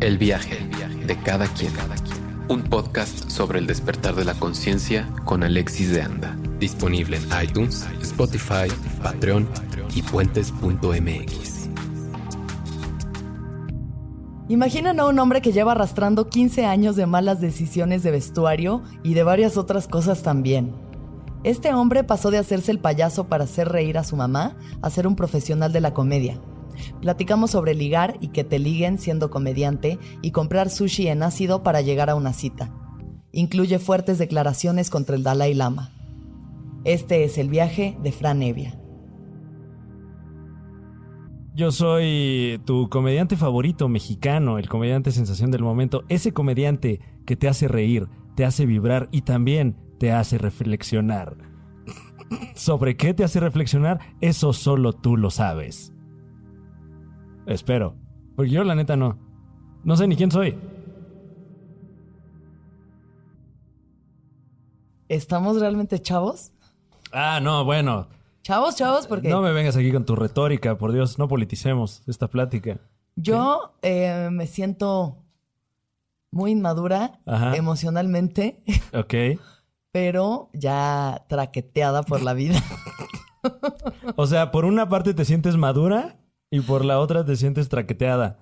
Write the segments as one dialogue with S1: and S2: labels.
S1: El viaje de cada quien. Un podcast sobre el despertar de la conciencia con Alexis de Anda. Disponible en iTunes, Spotify, Patreon y puentes.mx.
S2: Imaginan a un hombre que lleva arrastrando 15 años de malas decisiones de vestuario y de varias otras cosas también. Este hombre pasó de hacerse el payaso para hacer reír a su mamá a ser un profesional de la comedia. Platicamos sobre ligar y que te liguen siendo comediante y comprar sushi en ácido para llegar a una cita. Incluye fuertes declaraciones contra el Dalai Lama. Este es el viaje de Fran Evia.
S3: Yo soy tu comediante favorito mexicano, el comediante sensación del momento, ese comediante que te hace reír, te hace vibrar y también te hace reflexionar. ¿Sobre qué te hace reflexionar? Eso solo tú lo sabes. Espero. Porque yo la neta no. No sé ni quién soy.
S2: ¿Estamos realmente chavos?
S3: Ah, no, bueno.
S2: Chavos, chavos, porque
S3: No me vengas aquí con tu retórica, por Dios, no politicemos esta plática.
S2: yo eh, me siento muy inmadura
S3: Ajá.
S2: emocionalmente,
S3: Ok.
S2: pero ya traqueteada por la vida.
S3: O sea, por una parte te sientes madura y por la otra te sientes traqueteada.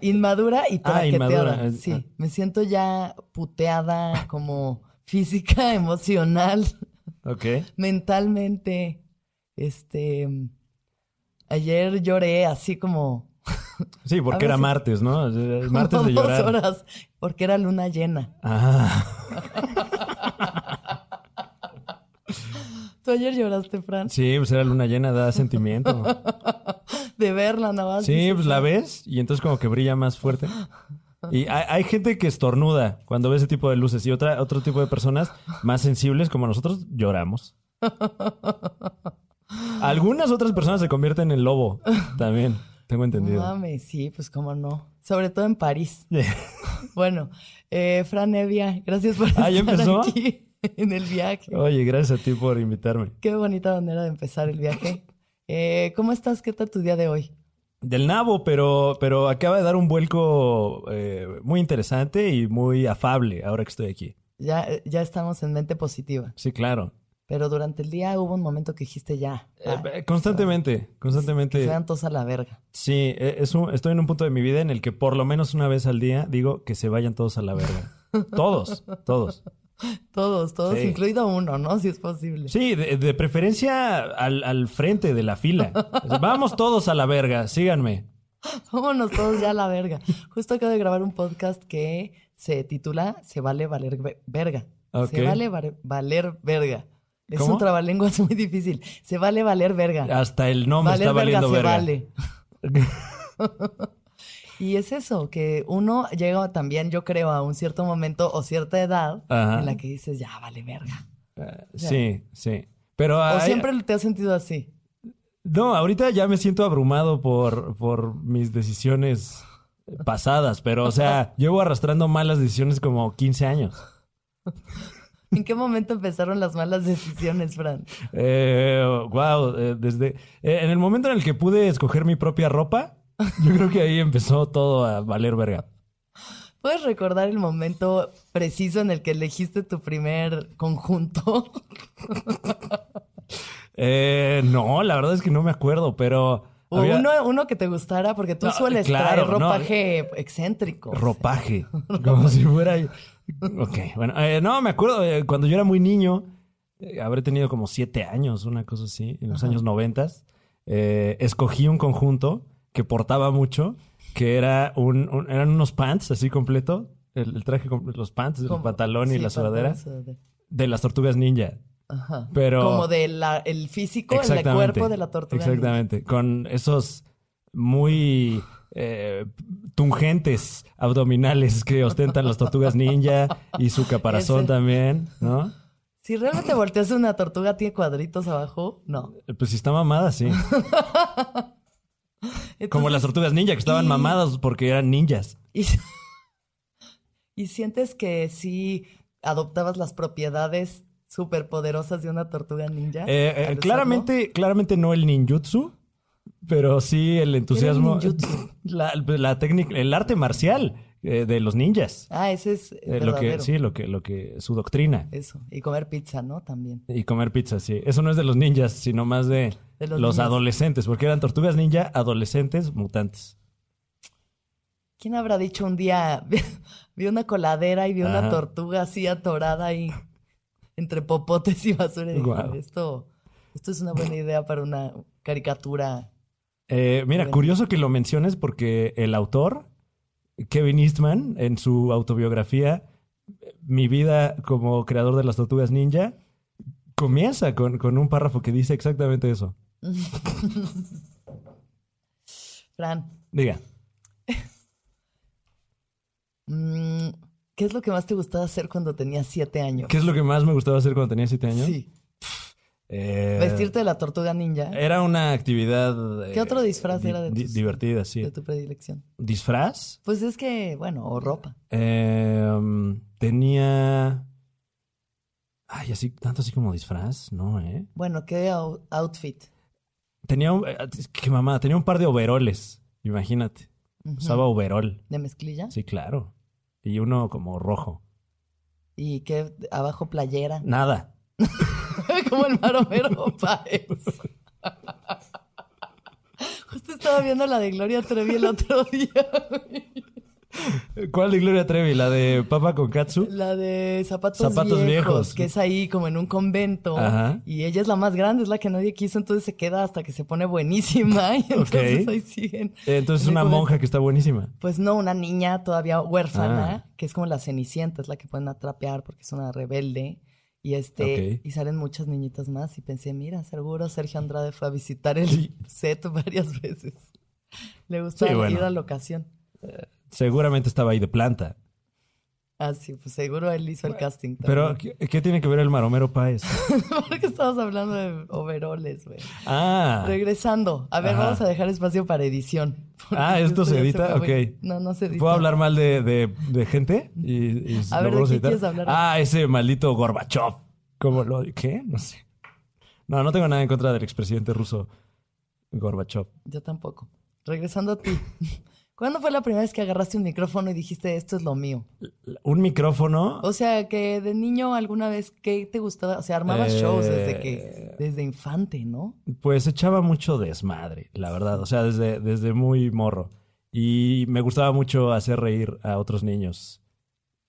S2: Inmadura y
S3: Ah,
S2: traqueteada.
S3: inmadura.
S2: Sí,
S3: Ah.
S2: me siento ya puteada como física, emocional,
S3: Ok.
S2: mentalmente. Este, ayer lloré así como
S3: Sí, porque
S2: Ahora
S3: era
S2: sí.
S3: martes, ¿no? O sea, es Martes de
S2: dos
S3: llorar.
S2: horas porque era luna llena.
S3: Ah,
S2: Tú ayer lloraste, Fran,
S3: sí, pues era luna llena, da sentimiento.
S2: de verla nada más.
S3: Sí, pues la ves y entonces como que brilla más fuerte. Y hay, hay gente que estornuda cuando ve ese tipo de luces y otra, otro tipo de personas más sensibles como nosotros lloramos. Algunas otras personas se convierten en lobo también, tengo
S2: No
S3: entendido.
S2: mames, sí, pues cómo no. Sobre todo en París. Bueno, eh, Fran Evia, gracias por
S3: Ah, ¿ya
S2: estar
S3: empezó? Oh.
S2: aquí en el viaje.
S3: Oye, gracias a ti por invitarme.
S2: Qué bonita manera de empezar el viaje. Eh, ¿Cómo estás? ¿Qué tal tu día de hoy?
S3: Del nabo, pero, pero acaba de dar un vuelco eh, muy interesante y muy afable ahora que estoy aquí.
S2: Ya, eh, ya estamos en mente positiva,
S3: Sí, claro.
S2: pero durante el día hubo un momento que dijiste ya.
S3: Eh,
S2: ah,
S3: constantemente,
S2: que
S3: constantemente.
S2: se vean todos a la verga.
S3: Sí, e- es un- estoy en un punto de mi vida en el que por lo menos una vez al día digo que se vayan todos a la verga. todos, todos.
S2: Todos, todos,
S3: Sí.
S2: incluido uno, ¿no? Si es posible.
S3: Sí, de, de preferencia al, al frente de la fila. Vamos todos a la verga, síganme.
S2: Vámonos todos ya a la verga. Justo acabo de grabar un podcast que se titula Se vale valer ve- verga.
S3: Ok.
S2: Se vale var- valer verga. Es
S3: ¿Cómo? Ah,
S2: un trabalenguas muy difícil. Se vale valer verga.
S3: Hasta el nombre
S2: valer
S3: está valiendo
S2: se
S3: verga.
S2: vale. Y es eso, que uno llega también, yo creo, a un cierto momento o cierta edad
S3: Ajá.
S2: en la que dices, ya vale verga.
S3: sí, sí. Pero
S2: O
S3: hay-
S2: siempre te has sentido así.
S3: no, ahorita ya me siento abrumado por, por mis decisiones pasadas, pero o sea, llevo arrastrando malas decisiones como 15 años.
S2: ¿En qué momento empezaron las malas decisiones, Fran?
S3: wow, desde eh, en el momento en el que pude escoger mi propia ropa, yo creo que ahí empezó todo a valer verga.
S2: ¿Puedes recordar el momento preciso en el que elegiste tu primer conjunto?
S3: Eh, no, la verdad es que no me acuerdo, pero
S2: O
S3: había
S2: uno, uno que te gustara, porque tú
S3: No,
S2: sueles
S3: claro,
S2: traer
S3: no. eh,
S2: ropaje excéntrico.
S3: ropaje, como si fuera. Ok, bueno, eh, no me acuerdo eh, cuando yo era muy niño, eh, habré tenido como siete años, una cosa así, en los años noventas. eh, escogí un conjunto que portaba mucho, que era un, un- eran unos pants así completo. El, el traje, com- los pants, el
S2: Como-
S3: pantalón y
S2: sí,
S3: la
S2: pantalón,
S3: sudadera.
S2: sudadera.
S3: de las tortugas ninja.
S2: Ajá.
S3: Pero-
S2: Como del el físico, el cuerpo de la tortuga. ninja.
S3: Exactamente. Con esos muy eh, tungentes abdominales que ostentan las tortugas ninja y su caparazón
S2: Ese.
S3: también, ¿no?
S2: Si realmente volteas una tortuga, tiene cuadritos abajo. No.
S3: Pues si está mamada, sí. Como
S2: Entonces,
S3: las tortugas ninja que estaban
S2: y-
S3: mamadas porque eran ninjas.
S2: Y, y sientes que sí adoptabas las propiedades superpoderosas de una tortuga ninja.
S3: Eh, eh,
S2: Ah, al usarlo.
S3: claramente, claramente no el ninjutsu, pero sí el entusiasmo.
S2: ninjutsu?
S3: La, la técnica, el arte marcial eh, de los ninjas.
S2: Ah, ese es
S3: Eh, lo que,
S2: verdadero.
S3: sí, lo que, lo que, su doctrina.
S2: Eso. Y comer pizza, ¿no? También.
S3: Y comer pizza, sí. Eso no es de los ninjas, sino más de,
S2: De los
S3: los,
S2: ninjas.
S3: adolescentes, porque eran tortugas ninja, adolescentes, mutantes.
S2: ¿Quién habrá dicho un día, vi una coladera y vi una
S3: Ajá.
S2: tortuga así atorada ahí entre popotes y basura? Y dije,
S3: Guau.
S2: esto, esto es una buena idea para una caricatura.
S3: Eh, mira,
S2: Bueno.
S3: curioso que lo menciones porque el autor, Kevin Eastman, en su autobiografía, Mi vida como creador de las tortugas ninja, comienza con, con un párrafo que dice exactamente eso.
S2: Fran,
S3: Diga,
S2: mm, ¿qué es lo que más te gustaba hacer cuando tenías siete años?
S3: ¿qué es lo que más me gustaba hacer cuando tenía siete años?
S2: Sí,
S3: Eh,
S2: vestirte de la tortuga ninja
S3: Era una actividad. eh,
S2: ¿Qué otro disfraz
S3: di-
S2: era de
S3: di-
S2: tus-
S3: Divertida, sí.
S2: de tu predilección.
S3: ¿Disfraz?
S2: Pues es que, bueno, o ropa.
S3: Eh, tenía. Ay, así, tanto así como disfraz, ¿no? ¿Eh?
S2: Bueno, ¿qué au- outfit?
S3: Tenía un. eh, es que mamá, tenía un par de overoles, imagínate.
S2: Ujú.
S3: Usaba overol.
S2: ¿De mezclilla?
S3: Sí, claro. Y uno como rojo.
S2: ¿Y qué abajo playera?
S3: Nada.
S2: como el maromero Páez. Justo estaba viendo la de Gloria Trevi el otro día.
S3: ¿Cuál de Gloria Trevi? ¿La de Papa con Katsu?
S2: La de zapatos,
S3: Zapatos
S2: viejos,
S3: Viejos.
S2: que es ahí como en un convento.
S3: Ajá.
S2: Y ella es la más grande, es la que nadie quiso, entonces se queda hasta que se pone buenísima. Y entonces
S3: Ok.
S2: ahí siguen.
S3: Eh, Entonces es
S2: Sí,
S3: una
S2: como-
S3: monja que está buenísima.
S2: Pues no, una niña todavía huérfana,
S3: Ah.
S2: que es como la cenicienta, es la que pueden atrapear porque es una rebelde. Y este,
S3: Ok.
S2: y salen muchas niñitas más. Y pensé, mira, seguro Sergio Andrade fue a visitar el set varias veces. Le gustaba
S3: Sí, bueno.
S2: ir a la ocasión.
S3: Seguramente estaba ahí de planta.
S2: Ah, sí, pues seguro él hizo el casting
S3: Pero,
S2: también.
S3: ¿qué, qué tiene que ver el maromero Páez?
S2: ¿Por qué estabas hablando de overoles, güey?
S3: Ah,
S2: Regresando. A ver,
S3: Ajá.
S2: vamos a dejar espacio para edición. Porque
S3: Ah, ¿esto se
S2: ya
S3: edita?
S2: fue, güey.
S3: Ok.
S2: No, no se edita.
S3: ¿puedo hablar mal de, de- de gente? Y, y
S2: A ver, ¿de
S3: lo vamos
S2: qué
S3: editar?
S2: quieres hablar?
S3: Ah, ese maldito Gorbachev. ¿Cómo lo...? ¿Qué? No sé. No, no tengo nada en contra del expresidente ruso Gorbachev.
S2: Yo tampoco. Regresando a ti. ¿Cuándo fue la primera vez que agarraste un micrófono y dijiste esto es lo mío?
S3: Un micrófono...
S2: O sea, que de niño alguna vez, ¿qué te gustaba? O sea, armabas
S3: Eh,
S2: shows desde que, desde infante, ¿no?
S3: Pues echaba mucho desmadre, la verdad. O sea, desde, desde muy morro. Y me gustaba mucho hacer reír a otros niños.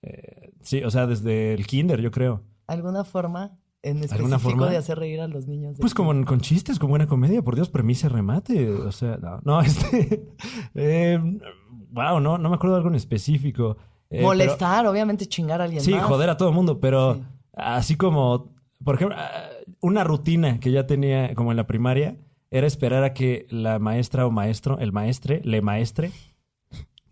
S3: Eh, sí, o sea, desde el kinder, yo creo.
S2: ¿Alguna forma en específico
S3: ¿Alguna forma?
S2: de hacer reír a los niños? de
S3: Pues
S2: aquí?
S3: como en- con chistes, con buena comedia, por Dios, premisa, remate. O sea, no, no, este. wow, no, no me acuerdo de algo en específico. Eh, pero-
S2: Molestar, obviamente chingar a alguien
S3: sí,
S2: más.
S3: joder a todo el mundo, pero
S2: Sí.
S3: así como, por ejemplo, ah, una rutina que ya tenía como en la primaria era esperar a que la maestra o maestro, el maestre, le maestre,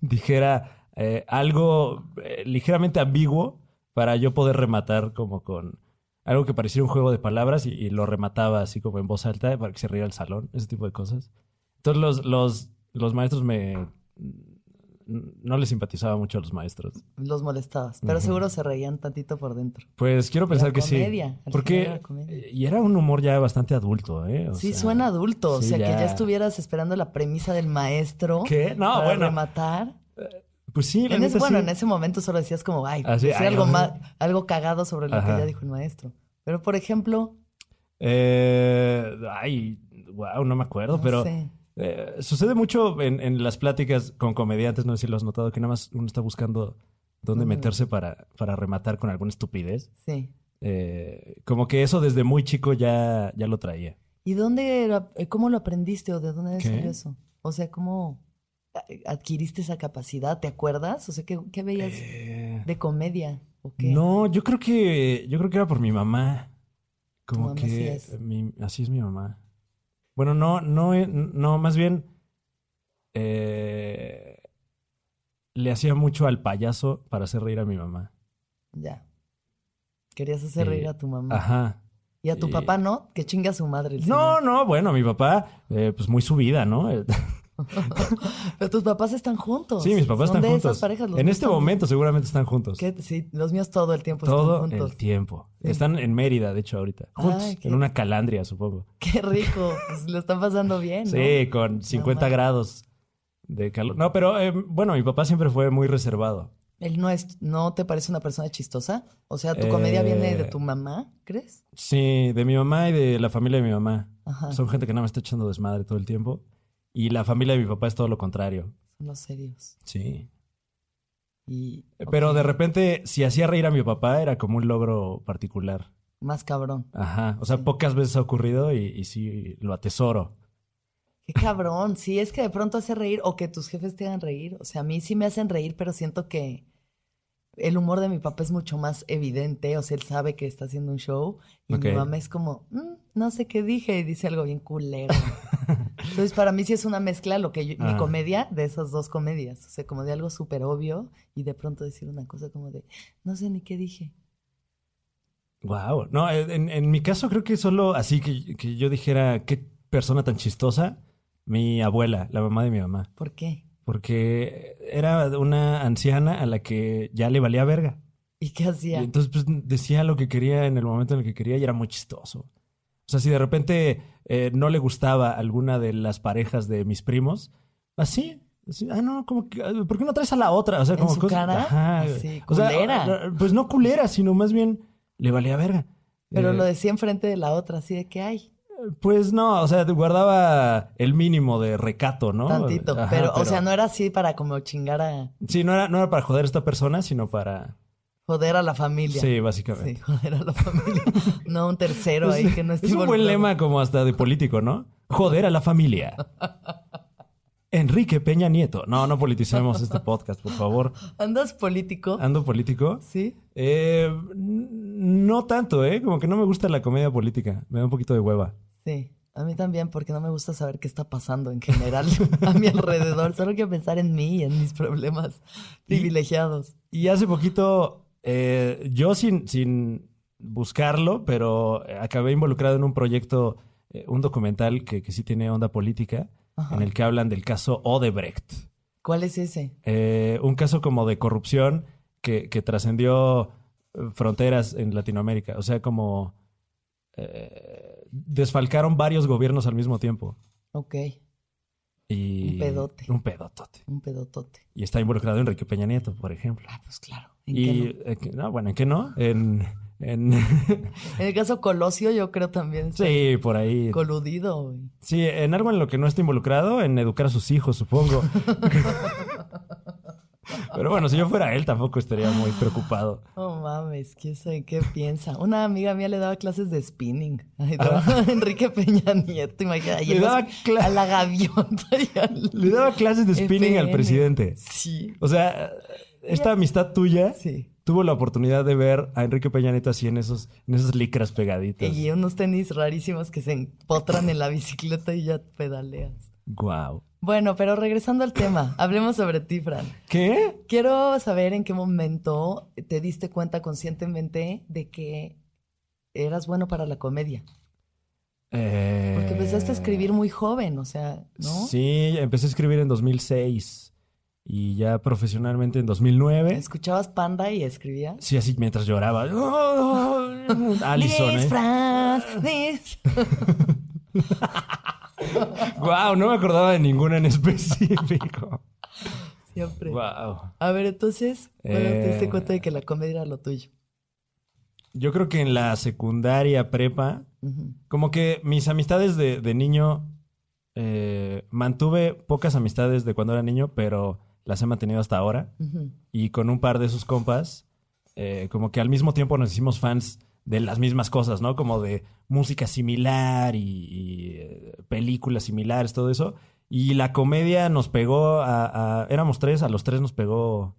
S3: dijera eh, algo eh, ligeramente ambiguo para yo poder rematar como con algo que pareciera un juego de palabras y, y lo remataba así como en voz alta para que se riera el salón, ese tipo de cosas. Entonces los, los, los maestros me... No les simpatizaba mucho a los maestros.
S2: Los molestabas, pero
S3: Ujú.
S2: seguro se reían tantito por dentro.
S3: Pues quiero pensar
S2: La
S3: que
S2: comedia,
S3: sí.
S2: al
S3: Porque
S2: final la comedia.
S3: eh, y era un humor ya bastante adulto, ¿eh? O
S2: sí,
S3: sea,
S2: suena adulto. o
S3: sí,
S2: sea, que ya estuvieras esperando la premisa del maestro
S3: ¿Qué? No,
S2: para
S3: bueno.
S2: rematar.
S3: Pues sí, la
S2: En ese-
S3: neta
S2: bueno,
S3: sí.
S2: en ese momento solo decías como, ay,
S3: Así,
S2: decía
S3: ay,
S2: algo,
S3: ay.
S2: ma- algo cagado sobre lo que
S3: Ajá.
S2: ya dijo el maestro. Pero, por ejemplo,
S3: Eh, ay, wow, no me acuerdo,
S2: no
S3: pero
S2: sé.
S3: eh, sucede mucho en, en las pláticas con comediantes, no sé si lo has notado, que nada más uno está buscando dónde
S2: Dónde
S3: meterse para, para rematar con alguna estupidez.
S2: Sí.
S3: Eh, como que eso desde muy chico ya, ya lo traía.
S2: ¿Y dónde, era- eh, cómo lo aprendiste o de dónde
S3: ¿Qué?
S2: salió eso? O sea, ¿cómo a- adquiriste esa capacidad? ¿Te acuerdas? O sea, ¿qué, qué veías
S3: Eh,
S2: de comedia? ¿O qué?
S3: No, yo creo que yo creo que era por mi mamá. Como
S2: mamá
S3: que
S2: así es.
S3: mi- así es mi mamá. Bueno, no, no, eh, no, más bien eh, le hacía mucho al payaso para hacer reír a mi mamá.
S2: Ya. Querías hacer
S3: Eh,
S2: reír a tu mamá.
S3: Ajá.
S2: Y a tu
S3: y-
S2: papá, ¿no? Que chinga a su madre. Mm. el
S3: No,
S2: señor.
S3: no, bueno, mi papá, eh, pues muy subida, ¿no? Eh,
S2: Pero tus papás están juntos.
S3: Sí, mis papás
S2: Son
S3: están
S2: de
S3: juntos.
S2: Esas parejas, los
S3: en
S2: míos
S3: este
S2: son-
S3: momento seguramente están juntos.
S2: ¿Qué? Sí, los míos todo el tiempo
S3: Todo
S2: están juntos.
S3: el tiempo.
S2: Sí.
S3: Están en Mérida, de hecho, ahorita.
S2: Ay,
S3: Juntos,
S2: qué-
S3: en una calandria, supongo.
S2: Qué rico. pues, lo están pasando bien. ¿no?
S3: Sí, con 50
S2: Mamá.
S3: grados. de calor. No, pero eh, bueno, mi papá siempre fue muy reservado.
S2: ¿Él no, es, no te parece una persona chistosa? O sea, ¿tu comedia
S3: Eh,
S2: viene de tu mamá, crees?
S3: Sí, de mi mamá y de la familia de mi mamá.
S2: Ajá, son
S3: Son gente que nada me está echando desmadre todo el tiempo. Y la familia de mi papá es todo lo contrario.
S2: los serios.
S3: Sí. Eh,
S2: Y,
S3: Pero
S2: ok,
S3: de repente, si hacía reír a mi papá, era como un logro particular.
S2: Más cabrón.
S3: Ajá. O sea,
S2: Sí.
S3: pocas veces ha ocurrido y, y sí lo atesoro.
S2: Qué cabrón, sí, es que de pronto hace reír o que tus jefes te hagan reír. O sea, a mí sí me hacen reír, pero siento que el humor de mi papá es mucho más evidente. O sea, él sabe que está haciendo un show y
S3: Ok.
S2: mi mamá es como, "Mm, no sé qué dije y dice algo bien culero. Entonces, para mí sí es una mezcla lo que yo- mi
S3: Ah.
S2: comedia de esas dos comedias. O sea, como de algo súper obvio y de pronto decir una cosa como de, no sé ni qué dije.
S3: Wow. No, eh, en, en mi caso creo que solo así que, que yo dijera qué persona tan chistosa, mi abuela, la mamá de mi mamá.
S2: ¿Por qué?
S3: Porque era una anciana a la que ya le valía verga.
S2: ¿Y qué hacía?
S3: Y entonces pues, decía lo que quería en el momento en el que quería y era muy chistoso. O sea, si de repente eh, no le gustaba alguna de las parejas de mis primos, así, así, ah, no, como que, ah, ¿por qué no traes a la otra? O sea,
S2: ¿En
S3: como
S2: su cara? Así,
S3: O sea,
S2: culera.
S3: pues no culera, sino más bien le valía verga.
S2: Pero
S3: Eh,
S2: lo decía enfrente de la otra, así de que hay.
S3: Pues no, o sea, guardaba el mínimo de recato, ¿no?
S2: Tantito,
S3: Ajá,
S2: pero, o sea, no era así para como chingar a
S3: Sí, no era, no era para joder a esta persona, sino para...
S2: joder a la familia.
S3: Sí, básicamente.
S2: Sí, joder a la familia. No un tercero ahí que no esté
S3: Es un buen
S2: involucrado.
S3: lema como hasta de político, ¿no? Joder a la familia. Enrique Peña Nieto. No, no politicemos este podcast, por favor.
S2: ¿Andas político?
S3: ¿Ando político?
S2: Sí.
S3: Eh, n- no tanto, ¿eh? Como que no me gusta la comedia política. Me da un poquito de hueva.
S2: Sí. A mí también, porque no me gusta saber qué está pasando en general a mi alrededor. Solo quiero pensar en mí y en mis problemas privilegiados.
S3: Y hace poquito, eh, yo sin, sin buscarlo, pero acabé involucrado en un proyecto, eh, un documental que, que sí tiene onda política,
S2: Ajá.
S3: en el que hablan del caso Odebrecht.
S2: ¿Cuál es ese?
S3: Eh, un caso como de corrupción que, que trascendió eh, fronteras en Latinoamérica. O sea, como eh, desfalcaron varios gobiernos al mismo tiempo.
S2: Ok,
S3: Y,
S2: Un pedote.
S3: Un pedotote.
S2: un pedotote.
S3: Y está involucrado Enrique Peña Nieto, por ejemplo.
S2: Ah, pues claro. ¿En, qué
S3: Y, eh, que- no? bueno, ¿en qué no? En, en-
S2: no? En el caso Colosio, yo creo también. está
S3: sí, por ahí.
S2: Coludido. güey.
S3: Sí, en algo en lo que no está involucrado, en educar a sus hijos, supongo. Pero bueno, si yo fuera él, tampoco estaría muy preocupado.
S2: No mames, ¿qué sé qué piensa? Una amiga mía le daba clases de spinning. Ay, Enrique Peña Nieto, imagínate. y
S3: Ah. Le
S2: en los-
S3: daba cla-
S2: a la gaviota y al
S3: Le daba clases de spinning al
S2: FN.
S3: presidente.
S2: Sí,
S3: O sea, esta amistad tuya
S2: sí.
S3: tuvo la oportunidad de ver a Enrique Peña Nieto así en esos, en esas licras pegaditas.
S2: Y unos tenis rarísimos que se empotran en la bicicleta y ya pedaleas.
S3: Guau.
S2: Bueno, pero regresando al tema, hablemos sobre ti, Fran.
S3: ¿Qué?
S2: Quiero saber en qué momento te diste cuenta conscientemente de que eras bueno para la comedia.
S3: Eh,
S2: Porque empezaste a escribir muy joven, o sea, ¿no?
S3: Sí, empecé a escribir en 2006 y ya profesionalmente en 2009.
S2: ¿Escuchabas Panda y escribías?
S3: Sí, así mientras lloraba. Alison, ¿eh?
S2: Disfraz, dis-
S3: Guau, no me acordaba de ninguna en específico.
S2: Siempre.
S3: Guau.
S2: A ver, entonces, bueno, te diste
S3: Eh.
S2: cuenta de que la comedia era lo tuyo.
S3: Yo creo que en la secundaria prepa
S2: Ujú.
S3: Como que mis amistades de, de niño, eh, mantuve pocas amistades de cuando era niño, pero las he mantenido hasta ahora.
S2: Ujú.
S3: Y con un par de sus compas, eh, como que al mismo tiempo nos hicimos fans de las mismas cosas, ¿no? Como de música similar y, y, eh, películas similares, todo eso. Y la comedia nos pegó a, a- Éramos tres, a los tres nos pegó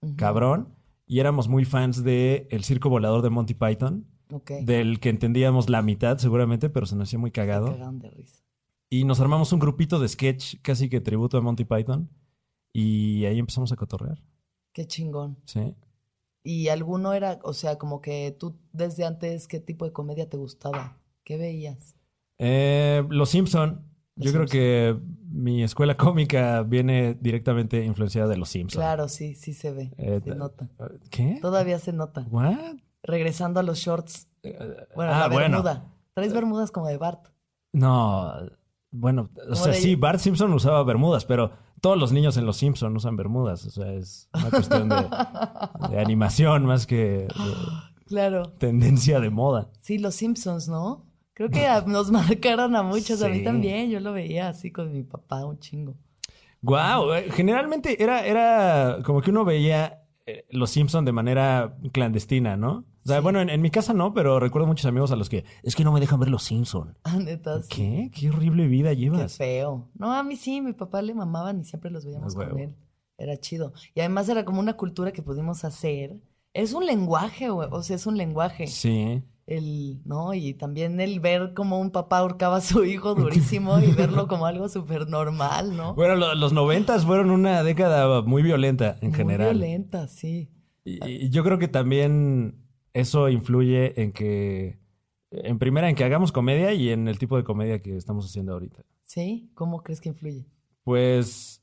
S2: Ujú.
S3: cabrón. Y éramos muy fans de El Circo Volador de Monty Python
S2: Ok.
S3: del que entendíamos la mitad seguramente, pero se nos hacía muy
S2: Te
S3: cagado.
S2: cagaron de risa.
S3: Y nos armamos un grupito de sketch, casi que tributo a Monty Python, y ahí empezamos a cotorrear.
S2: Qué chingón.
S3: Sí.
S2: Y alguno era, o sea, como que tú desde antes, ¿qué tipo de comedia te gustaba? ¿Qué veías?
S3: Eh, Los Simpson.
S2: Los
S3: Yo
S2: Simpson.
S3: creo que mi escuela cómica viene directamente influenciada de Los Simpson.
S2: Claro, sí, sí se ve.
S3: Eh,
S2: se nota.
S3: ¿Qué?
S2: Todavía se nota.
S3: ¿What?
S2: Regresando a los shorts. Bueno,
S3: ah,
S2: la
S3: bueno.
S2: bermuda. Traes bermudas como de Bart.
S3: No, bueno, o
S2: Como
S3: sea,
S2: de-
S3: sí, Bart Simpson usaba bermudas, pero todos los niños en Los Simpson usan bermudas. O sea, es una cuestión de, de animación más que de
S2: Claro.
S3: tendencia de moda.
S2: Sí, los Simpsons, ¿no? Creo que a- nos marcaron a muchos, a mí
S3: Sí.
S2: también. Yo lo veía así con mi papá, un chingo.
S3: Wow, eh, generalmente era, era como que uno veía eh, Los Simpson de manera clandestina, ¿no? O sea,
S2: Sí.
S3: bueno, en, en mi casa no, pero recuerdo muchos amigos a los que es que no me dejan ver Los Simpson.
S2: Ah, Neta, sí.
S3: ¿Qué? ¿Qué horrible vida
S2: Qué
S3: llevas?
S2: feo. No, a mí sí, mi papá le mamaban y siempre los veíamos
S3: Ah, huevo.
S2: con él. Era chido. Y además era como una cultura que pudimos hacer. Es un lenguaje, güey. O sea, es un lenguaje.
S3: Sí.
S2: El, ¿no? Y también el ver como un papá ahorcaba a su hijo durísimo y verlo como algo súper normal, ¿no?
S3: Bueno, lo- los noventas fueron una década muy violenta en
S2: Muy
S3: general.
S2: violenta, sí.
S3: Y, y yo creo que también eso influye en que, en primera, en que hagamos comedia y en el tipo de comedia que estamos haciendo ahorita.
S2: ¿Sí? ¿Cómo crees que influye?
S3: Pues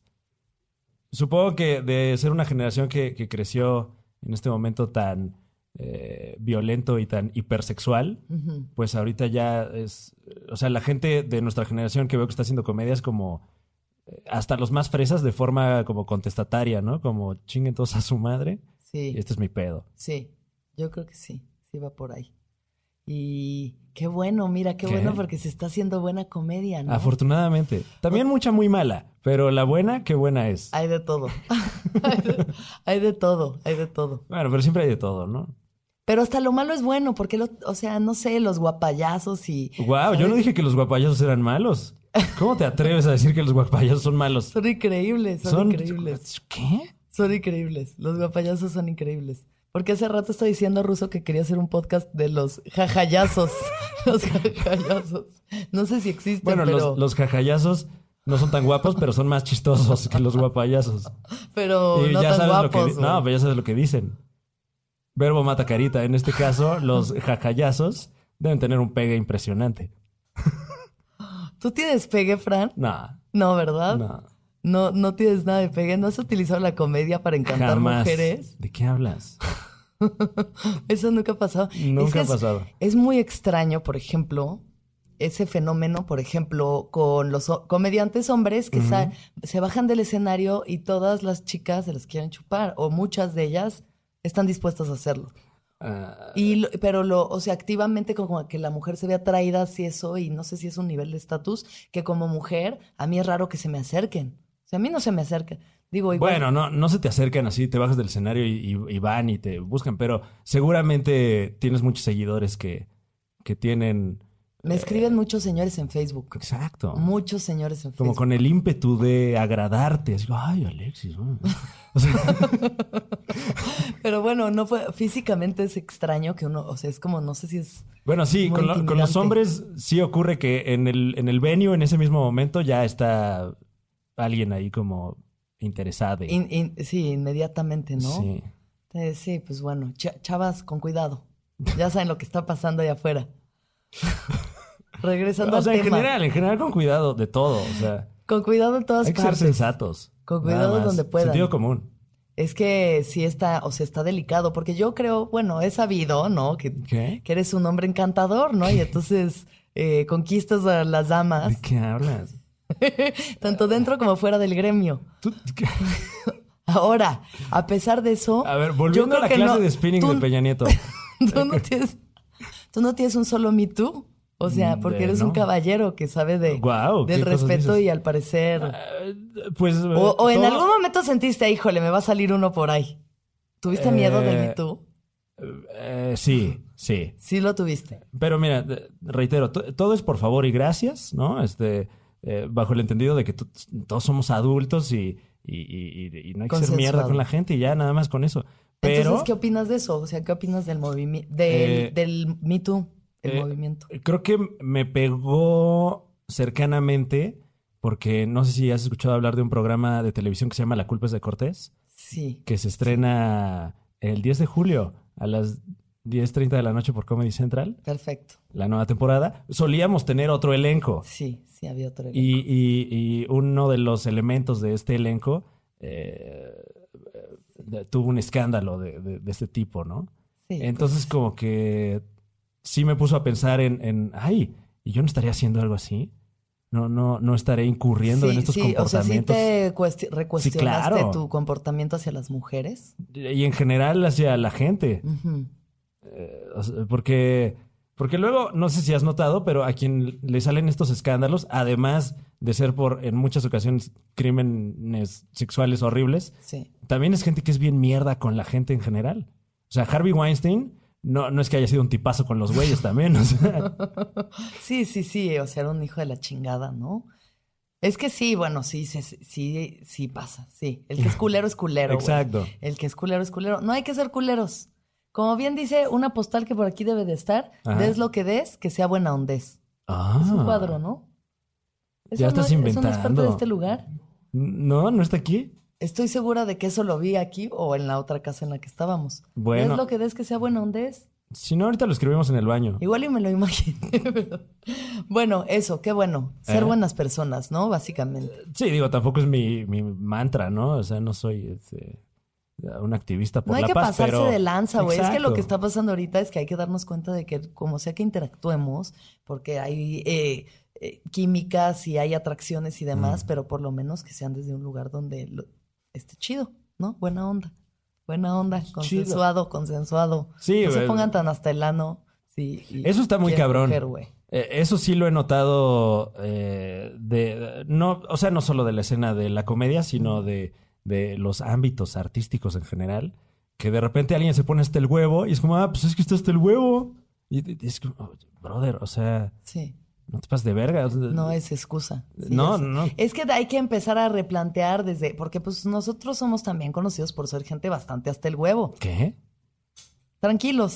S3: supongo que de ser una generación que, que creció en este momento tan eh, violento y tan hipersexual,
S2: Ujú.
S3: pues ahorita ya es, o sea, la gente de nuestra generación que veo que está haciendo comedias como eh, hasta los más fresas de forma como contestataria, ¿no? Como chinguen todos a su madre
S2: Sí.
S3: y este es mi pedo.
S2: Sí, yo creo que sí, sí va por ahí. Y qué bueno, mira, qué,
S3: ¿Qué?
S2: bueno porque se está haciendo buena comedia, ¿no?
S3: Afortunadamente. También mucha muy mala, pero la buena, qué buena es.
S2: Hay de todo. hay, de, hay de todo, hay de todo.
S3: Bueno, pero siempre hay de todo, ¿no?
S2: Pero hasta lo malo es bueno, porque, lo- o sea, no sé, los guapayazos y...
S3: Wow, yo no
S2: ¿sabes?
S3: dije que los guapayazos eran malos. ¿Cómo te atreves a decir que los guapayazos son malos?
S2: Son increíbles, son,
S3: Son
S2: increíbles.
S3: ¿Qué?
S2: Son increíbles, los guapayazos son increíbles. Porque hace rato está diciendo Ruso que quería hacer un podcast de los jajayazos. los jajayazos. No sé si existen,
S3: Bueno,
S2: pero...
S3: los, los jajayazos no son tan guapos, pero son más chistosos que los guapayazos.
S2: Pero
S3: Y
S2: no
S3: ya
S2: tan
S3: sabes
S2: guapos.
S3: lo que di-
S2: güey.
S3: No, pero ya sabes lo que dicen. Verbo mata carita. En este caso, los jajayazos deben tener un pegue impresionante.
S2: ¿Tú tienes pegue, Fran?
S3: No,
S2: No, ¿verdad? No.
S3: no.
S2: no, tienes nada de pegue. ¿No has utilizado la comedia para encantar
S3: Jamás.
S2: mujeres?
S3: ¿De qué hablas?
S2: Eso nunca ha pasado.
S3: Nunca
S2: Es que
S3: ha
S2: es-
S3: pasado.
S2: Es, muy extraño, por ejemplo, ese fenómeno, por ejemplo, con los ho- comediantes hombres que sa- se bajan del escenario y todas las chicas se las quieren chupar, o muchas de ellas están dispuestas a hacerlo.
S3: Ah,
S2: Y lo- pero lo, o sea, activamente como, que la mujer se ve atraída hacia eso y no sé si es un nivel de estatus que como mujer a mí es raro que se me acerquen. O sea, a mí no se me acerca. Digo, igual,
S3: bueno, no, no se te acercan así, te bajas del escenario y, y- y van y te buscan, pero seguramente tienes muchos seguidores que, que tienen.
S2: me escriben muchos señores en Facebook.
S3: Exacto.
S2: Muchos señores en
S3: Como
S2: Facebook.
S3: con el ímpetu de agradarte. Así, ay, Alexis. mm". O sea,
S2: Pero bueno, no fue físicamente es extraño que uno, o sea, es como no sé si es
S3: bueno, sí,
S2: Muy
S3: con, lo- con los
S2: intimidante.
S3: hombres sí ocurre que en el, en el venue, en ese mismo momento, ya está alguien ahí como interesado.
S2: in- in- sí, inmediatamente, ¿no?
S3: Sí.
S2: Eh, sí, pues bueno, cha- chavas, con cuidado. Ya saben lo que está pasando allá afuera. Regresando
S3: O
S2: al
S3: sea, en
S2: tema.
S3: general, en general con cuidado de todo. O sea,
S2: Con cuidado en todas
S3: hay que ser
S2: partes.
S3: sensatos.
S2: Con
S3: nada
S2: cuidado
S3: más.
S2: donde puedan.
S3: Sentido común.
S2: Es que sí está, o sea, está delicado, porque yo creo, bueno, he sabido, ¿no? Que,
S3: ¿Qué?
S2: que eres un hombre encantador, ¿no? Y entonces eh, conquistas a las
S3: ¿De
S2: damas,
S3: qué hablas?
S2: tanto dentro como fuera del gremio.
S3: Tú- qué-
S2: Ahora, a pesar de eso,
S3: A ver,
S2: yo
S3: volviendo
S2: creo
S3: a la
S2: que
S3: clase
S2: no-
S3: de spinning
S2: tú,
S3: de Peña Nieto.
S2: tú no tienes, tú no tienes un solo Me Too. O sea, porque
S3: Mm, De
S2: eres un
S3: no.
S2: caballero que sabe de,
S3: Guau,
S2: del
S3: qué cosas
S2: respeto
S3: dices.
S2: y al parecer...
S3: Eh, Pues. eh,
S2: O, o en
S3: todo-
S2: algún momento sentiste, híjole, me va a salir uno por ahí. ¿Tuviste miedo del
S3: Eh,
S2: Me Too?
S3: Eh, sí, sí.
S2: Sí lo tuviste.
S3: Pero mira, de- reitero, to- todo es por favor y gracias, ¿no? Este, eh, bajo el entendido de que to- todos somos adultos y, y- y- y- y no hay que ser
S2: Consensuado.
S3: mierda con la gente y ya nada más con eso. Pero
S2: Entonces, ¿qué opinas de eso? O sea, ¿qué opinas del movimiento, del,
S3: Eh,
S2: del Me Too, el
S3: eh,
S2: movimiento?
S3: creo que me pegó cercanamente porque no sé si has escuchado hablar de un programa de televisión que se llama La culpa es de Cortés,
S2: Sí.
S3: que se estrena el 10 de julio a las 10.30 de la noche por Comedy Central.
S2: Perfecto.
S3: la nueva temporada, solíamos tener otro elenco.
S2: Sí, sí, había otro.
S3: Y, y- y uno de los elementos de este elenco eh, eh, tuvo un escándalo de, de- de este tipo, ¿no?
S2: Sí, pues.
S3: Entonces, como que sí me puso a pensar en, en, ay, ¿y yo no estaría haciendo algo así? no, no, no estaré incurriendo
S2: Sí,
S3: en estos
S2: sí,
S3: comportamientos.
S2: O sea, ¿sí te cuesti- recuestionaste
S3: claro.
S2: tu comportamiento hacia las mujeres?
S3: Y en general hacia la gente.
S2: Ujú.
S3: Eh, O sea, Porque, porque luego, no sé si has notado, pero a quien le salen estos escándalos, además de ser por, en muchas ocasiones, crímenes sexuales horribles,
S2: Sí.
S3: también es gente que es bien mierda con la gente en general. O sea, Harvey Weinstein no, no es que haya sido un tipazo con los güeyes también. O sea,
S2: Sí, sí, sí, o sea, era un hijo de la chingada, ¿no? Es que sí, bueno, sí, sí, sí, sí pasa, sí. El que es culero es culero. güey.
S3: exacto.
S2: El que es culero es culero. No hay que ser culeros. Como bien dice una postal que por aquí debe de estar,
S3: Ajá.
S2: des lo que des, que sea buena ondez.
S3: Ah.
S2: Es un cuadro, ¿no?
S3: Ya estás
S2: no, ¿Eso no es parte
S3: inventando.
S2: de este lugar?
S3: No, no está aquí.
S2: Estoy segura de que eso lo vi aquí o en la otra casa en la que estábamos.
S3: Bueno.
S2: Des lo que des, que sea buena ondez.
S3: Si no, ahorita lo escribimos en el baño.
S2: Igual y me lo imaginé. pero- bueno, eso, qué bueno. Ser
S3: ¿Eh?
S2: buenas personas, ¿no? Básicamente.
S3: Sí, digo, tampoco es mi, mi mantra, ¿no? O sea, no soy este, un activista por
S2: No hay
S3: la
S2: que
S3: paz,
S2: pasarse
S3: pero-
S2: de lanza, güey. Es que lo que
S3: Exacto.
S2: está pasando ahorita es que hay que darnos cuenta de que, como sea que interactuemos, porque hay eh, eh, químicas y hay atracciones y demás,
S3: Mm.
S2: pero por lo menos que sean desde un lugar donde lo- esté chido, ¿no? Buena onda. Buena onda, consensuado, consensuado.
S3: Sí,
S2: no se
S3: güey.
S2: pongan tan hasta el ano. Sí, y
S3: Eso está muy
S2: quieren
S3: cabrón.
S2: coger, güey.
S3: Eh, eso sí lo he notado eh, de... No, o sea, no solo de la escena de la comedia, sino de, de los ámbitos artísticos en general. Que de repente alguien se pone hasta el huevo y es como, ah, pues es que está hasta el huevo. Y y es como, "Oye, brother, o sea,
S2: sí,
S3: no te pases de verga.
S2: no es excusa. Sí, ya
S3: No,
S2: sé.
S3: no.
S2: Es que hay que empezar a replantear desde, porque pues nosotros somos también conocidos por ser gente bastante hasta el huevo.
S3: ¿Qué?
S2: Tranquilos.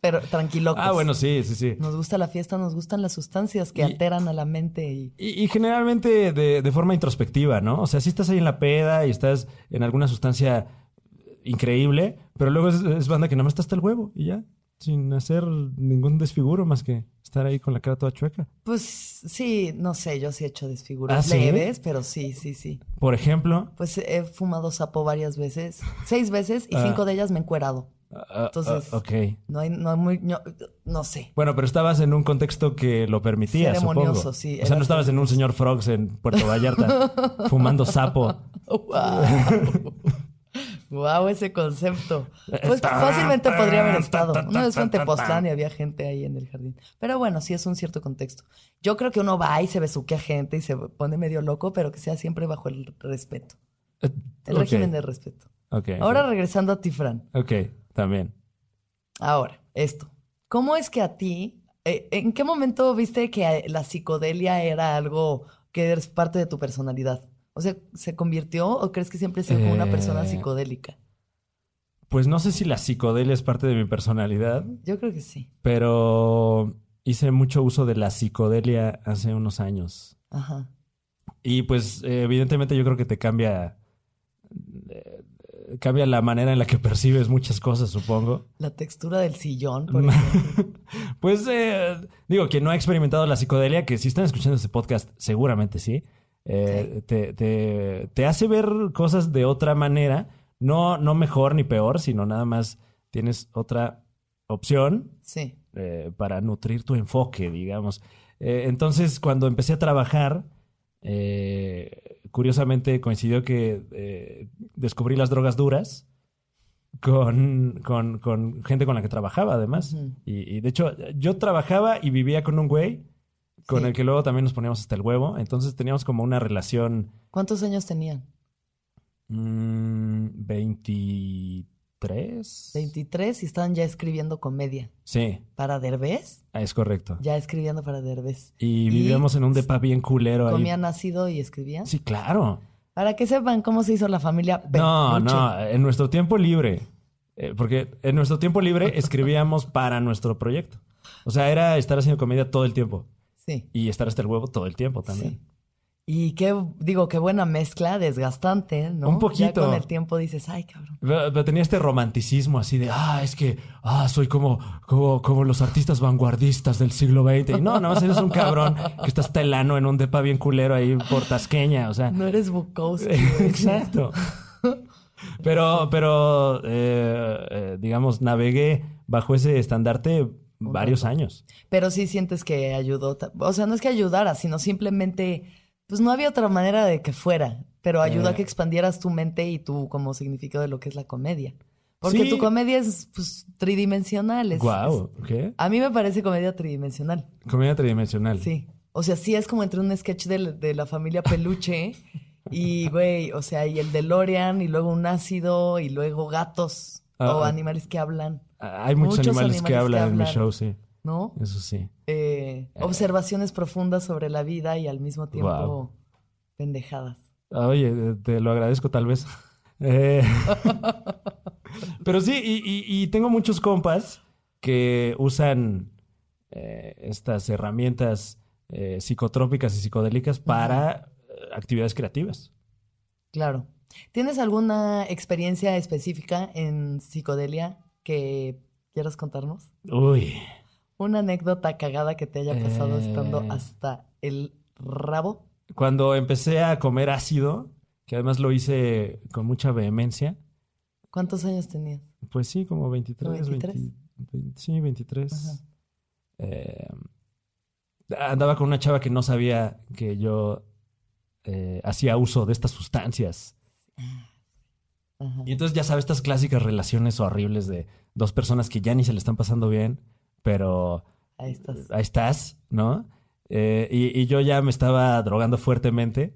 S2: Pero tranquilos.
S3: Ah, bueno, sí, sí, sí.
S2: Nos gusta la fiesta, nos gustan las sustancias que
S3: Y-
S2: alteran a la mente y
S3: Y, y generalmente de, de forma introspectiva, ¿no? O sea, si estás ahí en la peda y estás en alguna sustancia increíble, pero luego es, es banda que nada más está hasta el huevo y ya, sin hacer ningún desfiguro más que estar ahí con la cara toda chueca.
S2: pues sí, no sé, yo sí he hecho desfiguras
S3: ¿Ah, sí?
S2: leves, pero sí, sí, sí.
S3: Por ejemplo,
S2: Pues he fumado sapo varias veces, seis veces y
S3: Ah.
S2: cinco de ellas me he encuerado.
S3: ah,
S2: Entonces-
S3: ah, ok.
S2: No hay, no hay muy, no, no sé.
S3: Bueno, pero estabas en un contexto que lo permitía,
S2: Ceremonioso,
S3: supongo.
S2: sí,
S3: O sea,
S2: era
S3: no estabas en un señor Frogs en Puerto Vallarta fumando sapo.
S2: Wow. wow, ese concepto. Pues fácilmente podría haber estado. Una vez fue en Tepoztlán y había gente ahí en el jardín. Pero bueno, sí es un cierto contexto. Yo creo que uno va y se besuquea gente y se pone medio loco, pero que sea siempre bajo el respeto.
S3: Eh,
S2: El
S3: ok,
S2: régimen del respeto.
S3: ok, ok.
S2: Ahora regresando a ti, Fran.
S3: Ok, también.
S2: Ahora, esto. ¿Cómo es que a ti, eh, en qué momento viste que eh, la psicodelia era algo que es parte de tu personalidad? O sea, ¿se convirtió o crees que siempre has sido como una persona
S3: Eh,
S2: psicodélica?
S3: Pues no sé si la psicodelia es parte de mi personalidad.
S2: Yo creo que sí.
S3: pero hice mucho uso de la psicodelia hace unos años.
S2: Ajá.
S3: Y pues eh, evidentemente yo creo que te cambia, eh, cambia la manera en la que percibes muchas cosas, supongo.
S2: La textura del sillón,
S3: Mm.
S2: por ejemplo.
S3: pues eh, digo, quien no ha experimentado la psicodelia, que si están escuchando este podcast, seguramente sí, eh, Te, te- te hace ver cosas de otra manera, no, no mejor ni peor, sino nada más tienes otra opción
S2: Sí.
S3: eh, para nutrir tu enfoque, digamos. Eh, entonces, cuando empecé a trabajar, eh, curiosamente coincidió que eh, descubrí las drogas duras con, con- con gente con la que trabajaba, además.
S2: Ujú.
S3: y, y, de hecho, yo trabajaba y vivía con un güey con
S2: Sí.
S3: el que luego también nos poníamos hasta el huevo. Entonces teníamos como una relación
S2: ¿Cuántos años tenían?
S3: mm, 23.
S2: 23 y estaban ya escribiendo comedia.
S3: Sí,
S2: ¿Para Derbez?
S3: es correcto.
S2: Ya escribiendo para Derbez.
S3: Y vivíamos en un depa bien culero ahí.
S2: ¿Comían ácido y escribían?
S3: Sí, claro.
S2: Para que sepan cómo se hizo la familia
S3: No,
S2: Peluche.
S3: no, en nuestro tiempo libre. Eh, porque en nuestro tiempo libre escribíamos para nuestro proyecto. O sea, era estar haciendo comedia todo el tiempo
S2: Sí,
S3: y estar hasta el huevo todo el tiempo
S2: sí.
S3: también.
S2: Y qué, digo, qué buena mezcla, desgastante, ¿no?
S3: Un poquito.
S2: Ya con el tiempo dices, ay, cabrón.
S3: Pero, pero tenía este romanticismo así de, ah, es que, ah, soy como, como, como los artistas vanguardistas del siglo XX. Y no, nada más eres un cabrón que estás telano en un depa bien culero ahí por Tasqueña. O sea,
S2: No eres Bukowski. güey.
S3: Exacto. Pero, pero eh, eh, digamos, navegué bajo ese estandarte
S2: Un
S3: varios
S2: rato.
S3: años.
S2: Pero sí sientes que ayudó. ta- O sea, no es que ayudara, sino simplemente, pues no había otra manera de que fuera, pero ayudó a
S3: Eh.
S2: que expandieras tu mente y tu como significado de lo que es la comedia. Porque
S3: Sí.
S2: tu comedia es pues, tridimensional. es-
S3: Guau, ¿qué?
S2: es- a mí me parece comedia tridimensional,
S3: Comedia tridimensional.
S2: sí. O sea, sí es como entre un sketch de, la- de la familia Peluche y, güey, o sea, y el DeLorean y luego un ácido y luego gatos
S3: Ah,
S2: o
S3: ah.
S2: animales que hablan,
S3: Ah, Hay muchos,
S2: Muchos
S3: animales, que
S2: animales que
S3: hablan en mi
S2: hablan.
S3: show, sí.
S2: ¿no?
S3: Eso sí.
S2: eh, observaciones profundas sobre la vida y al mismo tiempo
S3: Guau.
S2: pendejadas.
S3: Ah, Oye, eh, te lo agradezco tal vez. Eh, pero sí, y, y- y tengo muchos compas que usan eh, estas herramientas eh, psicotrópicas y psicodélicas para eh, actividades creativas.
S2: Claro. ¿Tienes alguna experiencia específica en psicodelia que quieras contarnos?
S3: Uy.
S2: Una anécdota cagada que te haya pasado estando
S3: Eh.
S2: hasta el rabo.
S3: Cuando empecé a comer ácido, que además lo hice con mucha vehemencia,
S2: ¿Cuántos años tenías?
S3: pues sí, como 23,
S2: 23.
S3: 20 20 sí, 23.
S2: Ajá.
S3: Eh, andaba con una chava que no sabía que yo eh, hacía uso de estas sustancias.
S2: Ajá.
S3: Ah. Y entonces ya sabes, estas clásicas relaciones horribles de dos personas que ya ni se le están pasando bien, pero
S2: Ahí estás.
S3: ahí estás, ¿no? Eh, y, y yo ya me estaba drogando fuertemente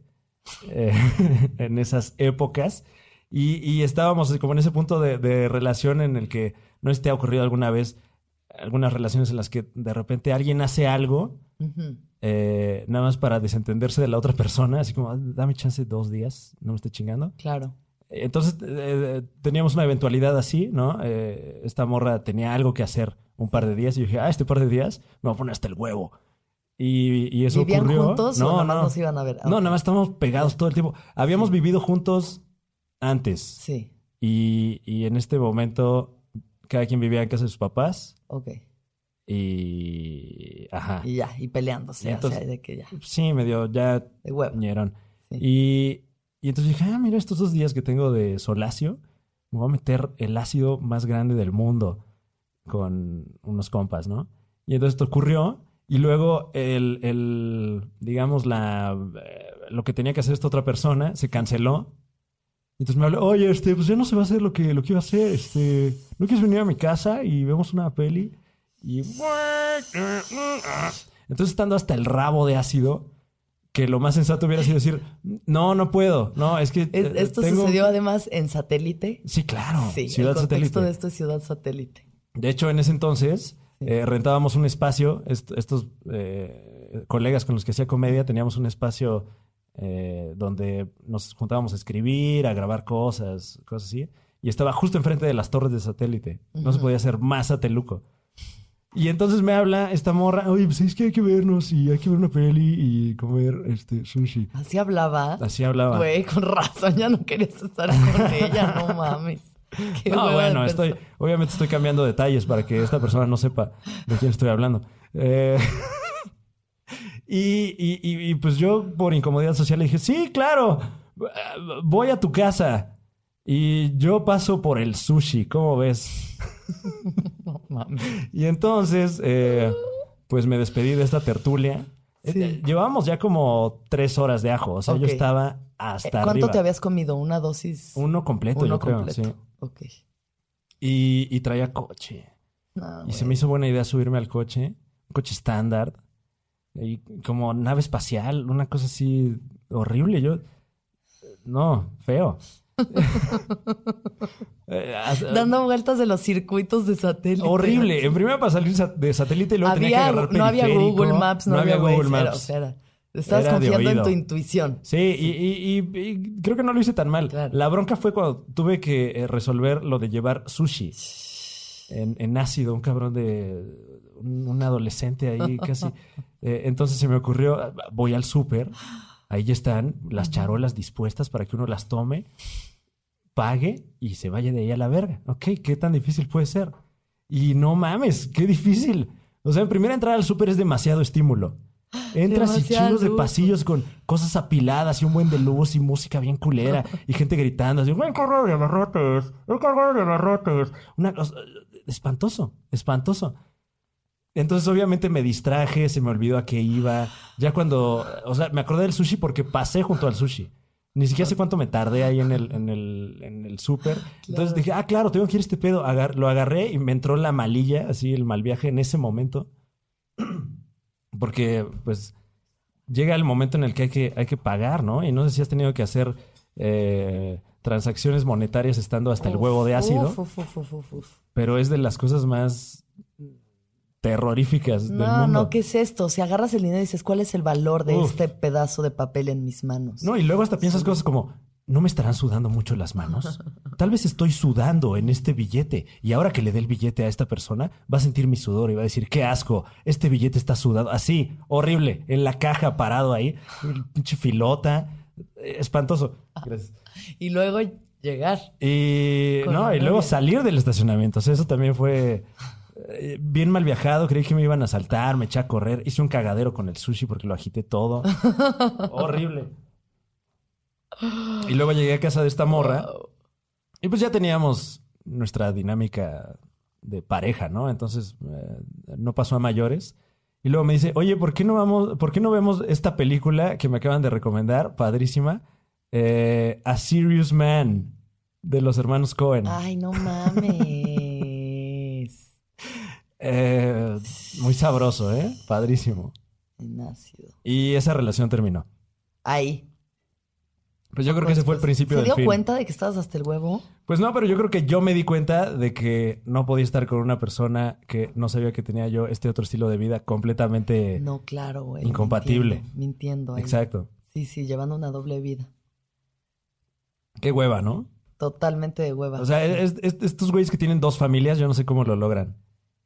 S3: eh, en esas épocas. Y, y estábamos como en ese punto de, de relación en el que no sé si te ha ocurrido alguna vez algunas relaciones en las que de repente alguien hace algo
S2: Ujú.
S3: eh, nada más para desentenderse de la otra persona, así como, "Ah, dame chance dos días, no me esté chingando.
S2: Claro.
S3: Entonces eh, teníamos una eventualidad así, ¿no? Eh, esta morra tenía algo que hacer un par de días y yo dije, ah, este par de días me voy a poner hasta el huevo. Y, y eso
S2: ¿Vivían
S3: ocurrió.
S2: juntos o
S3: no,
S2: nada más
S3: no,
S2: nos iban a ver? Ah,
S3: no,
S2: ok.
S3: nada más estábamos pegados todo el tiempo. Habíamos
S2: Sí.
S3: vivido juntos antes
S2: Sí,
S3: y, y en este momento cada quien vivía en casa de sus papás
S2: ok.
S3: y... Ajá.
S2: Y ya, y peleándose. o
S3: Y
S2: sea,
S3: entonces-
S2: de que ya,
S3: Sí, medio ya
S2: de huevo.
S3: ñerón.
S2: Sí.
S3: Y, y entonces dije, ah, mira, estos dos días que tengo de solacio, me voy a meter el ácido más grande del mundo con unos compas, ¿no? Y entonces esto ocurrió. Y luego el, el, digamos, la, eh, lo que tenía que hacer esta otra persona se canceló. Y entonces me habló, oye, este, pues ya no se va a hacer lo que, lo que iba a hacer. Este, ¿no quieres venir a mi casa y vemos una peli? Y... Entonces estando hasta el rabo de ácido, que lo más sensato hubiera sido decir, no, no puedo. No, es que...
S2: Es-
S3: eh,
S2: Esto
S3: tengo-
S2: sucedió además en satélite.
S3: Sí, claro.
S2: Sí,
S3: Ciudad
S2: el contexto
S3: Satélite.
S2: de esto es Ciudad Satélite.
S3: De hecho, en ese entonces
S2: Sí.
S3: eh, rentábamos un espacio. Est- estos eh, colegas con los que hacía comedia teníamos un espacio eh, donde nos juntábamos a escribir, a grabar cosas, cosas así. Y estaba justo enfrente de las torres de satélite. No se
S2: Ujú.
S3: podía hacer más sateluco. Y entonces me habla esta morra, oye, pues es que hay que vernos y hay que ver una peli y comer este sushi.
S2: Así hablaba.
S3: Así hablaba.
S2: Güey, con razón, ya no querías estar con ella, no mames. Qué
S3: No,
S2: hueva
S3: bueno,
S2: de
S3: estoy,
S2: persona.
S3: obviamente estoy cambiando detalles para que esta persona no sepa de quién estoy hablando. Eh, y, y- y- y, pues yo, por incomodidad social, le dije, sí, claro, voy a tu casa y yo paso por el sushi, ¿cómo ves?
S2: No mames.
S3: Y entonces, eh, pues me despedí de esta tertulia. Eh,
S2: Sí.
S3: eh, Llevábamos ya como tres horas de ajo, o sea, yo
S2: Ok.
S3: estaba
S2: Eh,
S3: hasta
S2: ¿Cuánto
S3: arriba.
S2: te habías comido? ¿Una dosis?
S3: Uno completo,
S2: Uno
S3: yo creo,
S2: completo.
S3: sí.
S2: Ok.
S3: Y, y traía coche.
S2: No,
S3: Y
S2: güey.
S3: se me hizo buena idea subirme al coche, un coche estándar, y como nave espacial, una cosa así horrible. Yo, no, feo. Eh, as-
S2: Dando vueltas de los circuitos de satélite.
S3: horrible. En primera para salir sa- de satélite y luego tenía que
S2: Había,
S3: agarrar
S2: no había
S3: periférico.
S2: Google Maps, no, había Google Maps. estabas
S3: Era de
S2: confiando en
S3: oído.
S2: tu intuición.
S3: Sí, y, y- y- y creo que no lo hice tan mal.
S2: Claro.
S3: La bronca fue cuando tuve que eh, resolver lo de llevar sushi en, en ácido, un cabrón de un, un adolescente ahí casi. Eh, entonces se me ocurrió, ah, voy al súper, ahí ya están las charolas dispuestas para que uno las tome, pague y se vaya de ahí a la verga. Ok, ¿qué tan difícil puede ser? Y no mames, qué difícil. O sea, en primera entrada al súper es demasiado estímulo. Entras
S2: Demasiada
S3: y chingos de
S2: luz.
S3: pasillos con cosas apiladas y un buen de luz y música bien culera y gente gritando así, ¡el carro de abarrotes! ¡el carro de abarrotes! Una cosa eh, espantoso, espantoso. Entonces, obviamente me distraje, se me olvidó a qué iba. Ya cuando, o sea, me acordé del sushi porque pasé junto al sushi. Ni siquiera sé cuánto me tardé ahí en el, en el, en el súper. Entonces dije, ah, claro, tengo que ir a este pedo. Agar- lo agarré y me entró la malilla, así el mal viaje en ese momento. Porque, pues, llega el momento en el que hay que, hay que pagar, ¿no? Y no sé si has tenido que hacer eh, transacciones monetarias estando hasta el huevo de ácido
S2: Uf, uf, uf, uf, uf, uf.
S3: pero es de las cosas más terroríficas del
S2: No,
S3: mundo.
S2: no, ¿qué es esto? Si agarras el dinero y dices, ¿cuál es el valor de
S3: Uf.
S2: este pedazo de papel en mis manos?
S3: No, y luego hasta piensas cosas como, ¿no me estarán sudando mucho las manos? Tal vez estoy sudando en este billete y ahora que le dé el billete a esta persona va a sentir mi sudor y va a decir, qué asco, este billete está sudado, así, horrible, en la caja parado ahí, pinche filota, eh, espantoso. Gracias.
S2: Y luego llegar.
S3: Y
S2: Con
S3: no,
S2: la
S3: y luego
S2: novia.
S3: salir del estacionamiento. O sea, eso también fue eh, bien mal viajado. Creí que me iban a saltar, me eché a correr. Hice un cagadero con el sushi porque lo agité todo. Horrible. Y luego llegué a casa de esta morra.
S2: Oh.
S3: Y pues ya teníamos nuestra dinámica de pareja, ¿no? Entonces eh, no pasó a mayores. Y luego me dice, oye, ¿por qué no vamos, por qué no vemos esta película que me acaban de recomendar, padrísima? Eh, a Serious Man de los hermanos Cohen.
S2: Ay, no mames.
S3: Eh, muy sabroso, ¿eh? Padrísimo.
S2: En ácido.
S3: Y esa relación terminó.
S2: Ahí.
S3: Pues yo creo que ese fue el principio
S2: Ah, ¿Se
S3: del
S2: dio
S3: fin.
S2: cuenta de que estabas hasta el huevo?
S3: Pues no, pero yo creo que yo me di cuenta de que no podía estar con una persona que no sabía que tenía yo este otro estilo de vida completamente.
S2: No, claro, güey.
S3: Eh, Incompatible.
S2: Mintiendo, mintiendo ahí.
S3: Exacto.
S2: Sí, sí, llevando una doble vida.
S3: Qué hueva, ¿no?
S2: Totalmente de hueva.
S3: O sea, eh. es- es- estos güeyes que tienen dos familias, yo no sé cómo lo logran.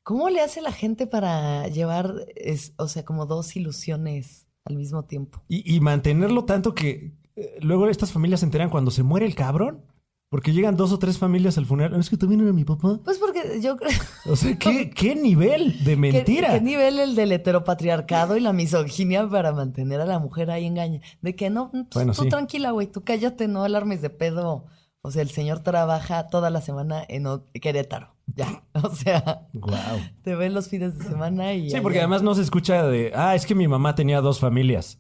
S2: ¿Cómo le hace la gente para llevar, es- o sea, como dos ilusiones al mismo tiempo?
S3: Y, y mantenerlo tanto que eh, luego estas familias se enteran cuando se muere el cabrón. Porque llegan dos o tres familias al funeral. Es que también era mi papá.
S2: Pues porque yo creo
S3: O sea, ¿qué, qué nivel de
S2: que-
S3: mentira?
S2: ¿Qué, nivel el del heteropatriarcado y la misoginia para mantener a la mujer ahí engaña? De que no, tú,
S3: Bueno,
S2: tú
S3: sí.
S2: tranquila, güey, tú cállate, no alarmes de pedo. O sea, el señor trabaja toda la semana en O- Querétaro. Ya. O sea,
S3: Guau.
S2: te ven los fines de semana y.
S3: Sí,
S2: allá.
S3: porque además no se escucha de, ah, es que mi mamá tenía dos familias.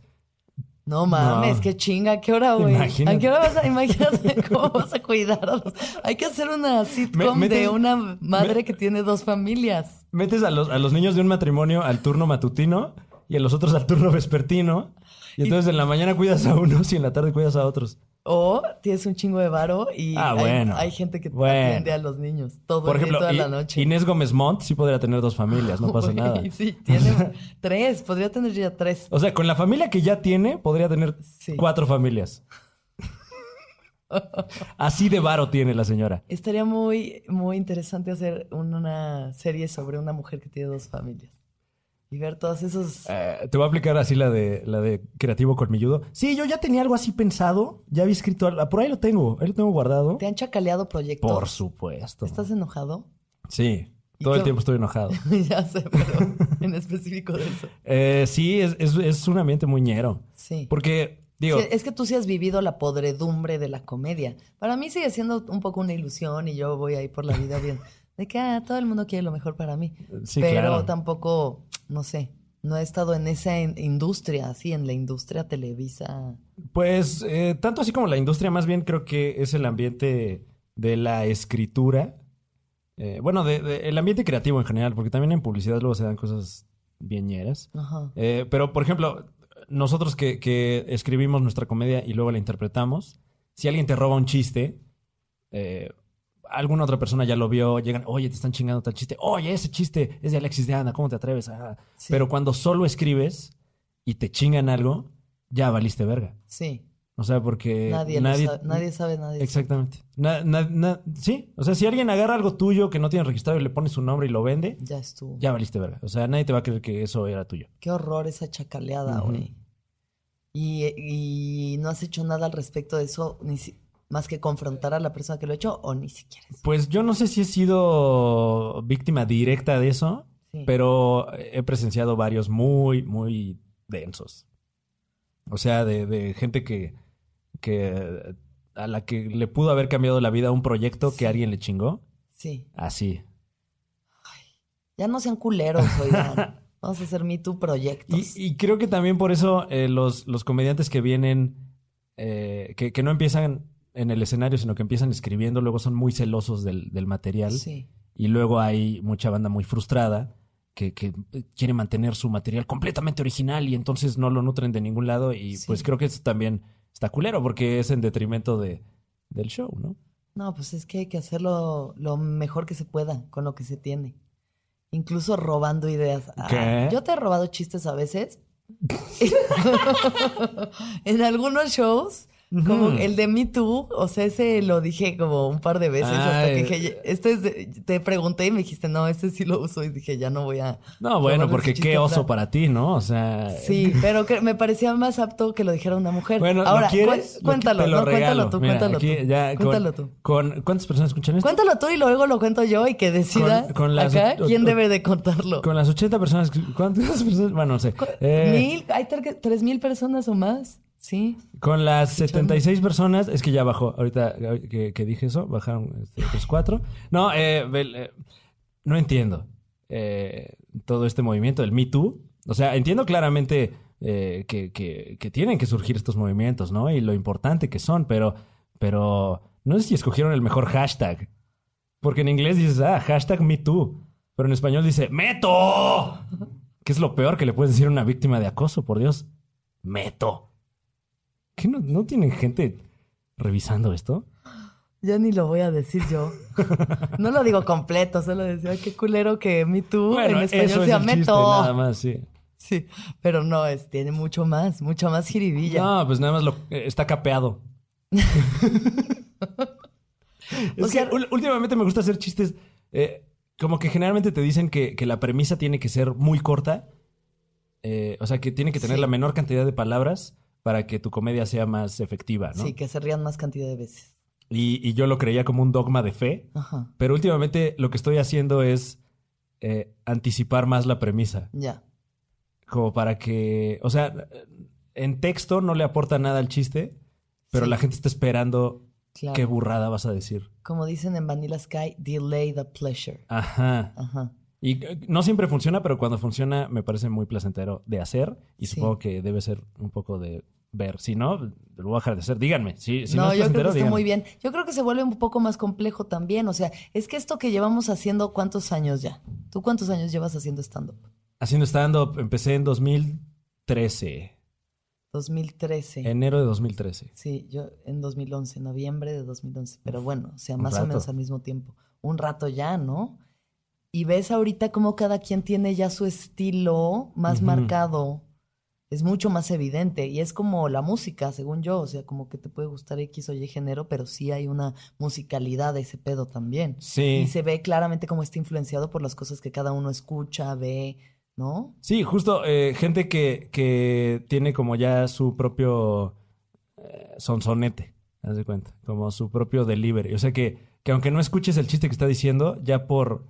S2: No mames,
S3: No.
S2: qué chinga, ¿a qué hora, güey.
S3: Imagínate.
S2: ¿A qué hora vas a, imagínate cómo vas a cuidar a los- Hay que hacer una sitcom
S3: Me- metes-
S2: de una madre que tiene dos familias.
S3: Metes a los, a los niños de un matrimonio al turno matutino y a los otros al turno vespertino. Y entonces en la mañana cuidas a unos y en la tarde cuidas a otros.
S2: O tienes un chingo de varo y
S3: Ah,
S2: hay,
S3: bueno.
S2: hay gente que
S3: Bueno.
S2: atiende a los niños todo
S3: Por
S2: el día y
S3: ejemplo,
S2: toda la
S3: I-
S2: noche.
S3: Inés Gómez Montt sí podría tener dos familias, no pasa
S2: Güey,
S3: nada.
S2: Sí, tiene tres, podría tener ya tres.
S3: O sea, con la familia que ya tiene, podría tener
S2: Sí.
S3: cuatro familias. Así de varo tiene la señora.
S2: Estaría muy, muy interesante hacer un- una serie sobre una mujer que tiene dos familias. Y ver todos esos.
S3: Eh, te voy a aplicar así la de la de creativo colmilludo. Sí, yo ya tenía algo así pensado, ya había escrito algo. Por ahí lo tengo, ahí lo tengo guardado.
S2: ¿Te han chacaleado proyectos?
S3: Por supuesto.
S2: ¿Estás enojado?
S3: Sí,
S2: ¿Y
S3: todo el
S2: cómo?
S3: tiempo estoy enojado.
S2: ya sé, pero en específico de eso.
S3: Eh, sí, es, es- es un ambiente muy ñero.
S2: Sí.
S3: Porque, digo,
S2: Sí, Es que tú sí has vivido la podredumbre de la comedia. Para mí sigue siendo un poco una ilusión y yo voy ahí por la vida bien. De que ah, todo el mundo quiere lo mejor para mí.
S3: Sí,
S2: eh, Pero
S3: claro.
S2: tampoco, no sé, no he estado en esa in- industria, así, en la industria televisa.
S3: pues, eh, tanto así como la industria, más bien creo que es el ambiente de la escritura. Eh, bueno, de- de- el ambiente creativo en general, porque también en publicidad luego se dan cosas bien ñeras.
S2: Ajá.
S3: Eh, pero, por ejemplo, nosotros que, que escribimos nuestra comedia y luego la interpretamos, si alguien te roba un chiste, eh, alguna otra persona ya lo vio, llegan, oye, te están chingando tal chiste, oye, ese chiste es de Alexis de Anda, ¿cómo te atreves? Ah".
S2: Sí.
S3: Pero cuando solo escribes y te chingan algo, ya valiste verga.
S2: Sí,
S3: O sea, porque
S2: nadie, lo
S3: eh, nadie,
S2: sabe, nadie sabe, nadie sabe.
S3: Exactamente. Na- na- na- sí, o sea, si alguien agarra algo tuyo que no tiene registrado y le pone su nombre y lo vende,
S2: Ya estuvo.
S3: ya valiste verga. O sea, nadie te va a creer que eso era tuyo.
S2: Qué horror esa chacaleada,
S3: Ujú.
S2: güey. y, y no has hecho nada al respecto de eso, ni si- más que confrontar a la persona que lo ha hecho, o ni siquiera. eso.
S3: Pues yo no sé si he sido víctima directa de eso,
S2: Sí.
S3: pero he presenciado varios muy, muy densos. O sea, de, de gente que, que a la que le pudo haber cambiado la vida un proyecto
S2: Sí.
S3: que alguien le chingó.
S2: Sí.
S3: Así.
S2: Ya no sean culeros, oigan. Vamos a hacer Me Too proyectos.
S3: Y, y creo que también por eso eh, los, los comediantes que vienen, eh, que, que no empiezan en el escenario, sino que empiezan escribiendo, luego son muy celosos del, del material.
S2: Sí.
S3: Y luego hay mucha banda muy frustrada que, que quiere mantener su material completamente original y entonces no lo nutren de ningún lado. Y
S2: Sí.
S3: pues creo que eso también está culero porque es en detrimento de, del show, ¿no?
S2: No, pues es que hay que hacerlo lo mejor que se pueda con lo que se tiene. Incluso robando ideas. Ah,
S3: ¿Qué?
S2: yo te he robado chistes a veces. en algunos shows, como
S3: Ujú.
S2: el de Me Too, o sea, ese lo dije como un par de veces hasta que
S3: Ay.
S2: dije, este es de- te pregunté y me dijiste, no, este sí lo uso y dije, ya no voy a...
S3: No, bueno,
S2: robarme
S3: porque
S2: ese
S3: qué
S2: chiste,
S3: oso
S2: claro.
S3: para ti, ¿no? O sea,
S2: Sí, pero que me parecía más apto que lo dijera una mujer.
S3: eh. Bueno, ¿lo
S2: Ahora,
S3: quieres?
S2: cu- cuéntalo,
S3: Te lo
S2: no, cuéntalo
S3: regalo.
S2: tú,
S3: Mira,
S2: cuéntalo
S3: aquí
S2: tú.
S3: ya con-
S2: cuéntalo tú.
S3: Con, ¿Cuántas personas escuchan esto?
S2: Cuéntalo tú y luego lo cuento yo y que decida
S3: Con- con las-
S2: acá
S3: o-
S2: quién
S3: o-
S2: debe de contarlo.
S3: Con las 80 personas, que- ¿cuántas personas? Bueno, no sé.
S2: Cu-
S3: Eh,
S2: mil, hay ter- tres mil personas o más, sí.
S3: Con las 76 personas, es que ya bajó, ahorita que, que dije eso, bajaron este, otros cuatro. No, eh, Bel, eh, no entiendo eh, todo este movimiento del Me Too. O sea, entiendo claramente eh, que, que- que tienen que surgir estos movimientos, ¿no? Y lo importante que son, pero, pero no sé si escogieron el mejor hashtag. Porque en inglés dices, ah, hashtag Me Too. Pero en español dice, ¡Meto! Que es lo peor que le puedes decir a una víctima de acoso, por Dios. Meto. ¿Qué no, no tienen gente revisando esto?
S2: Ya ni lo voy a decir yo. No lo digo completo, solo decía qué culero que Me Too en español sea
S3: el chiste, nada
S2: meto.
S3: más, sí.
S2: Sí, pero no, es, tiene mucho más, mucho más jiribilla.
S3: No, pues nada más lo, eh, está capeado. es
S2: O sea-
S3: que ul- últimamente me gusta hacer chistes. eh, como que generalmente te dicen que, que la premisa tiene que ser muy corta. eh, o sea, que tiene que tener
S2: Sí.
S3: la menor cantidad de palabras para que tu comedia sea más efectiva, ¿no?
S2: Sí, que se rían más cantidad de veces.
S3: Y, y yo lo creía como un dogma de fe.
S2: Ajá,
S3: Pero últimamente lo que estoy haciendo es eh, anticipar más la premisa.
S2: ya.
S3: como para que, o sea, en texto no le aporta nada al chiste, pero
S2: Sí.
S3: la gente está esperando
S2: Claro.
S3: qué burrada vas a decir.
S2: Como dicen en Vanilla Sky, delay the pleasure.
S3: Ajá.
S2: Ajá.
S3: Y eh, no siempre funciona, pero cuando funciona me parece muy placentero de hacer y
S2: Sí.
S3: supongo que debe ser un poco de ver. Si no, lo voy a dejar de hacer. Díganme. Si, si no,
S2: no, yo creo que
S3: es placentero,
S2: está
S3: díganme.
S2: muy bien. Yo creo que se vuelve un poco más complejo también. O sea, es que esto que llevamos haciendo, ¿cuántos años ya? ¿Tú cuántos años llevas haciendo stand-up?
S3: Haciendo stand-up, empecé en 2013,
S2: 2013.
S3: enero de 2013.
S2: Sí, yo en 2011, noviembre de 2011. Pero bueno, o sea,
S3: un
S2: más o
S3: rato.
S2: menos al mismo tiempo. Un rato ya, ¿no? Y ves ahorita cómo cada quien tiene ya su estilo más
S3: Ujú.
S2: marcado. Es mucho más evidente. Y es como la música, según yo. O sea, como que te puede gustar X o Y género, pero sí hay una musicalidad de ese pedo también.
S3: Sí.
S2: Y se ve claramente cómo está influenciado por las cosas que cada uno escucha, ve, ¿no?
S3: Sí, justo eh, gente que, que tiene como ya su propio eh, sonsonete, haz de cuenta, como su propio delivery. O sea que, que aunque no escuches el chiste que está diciendo, ya por,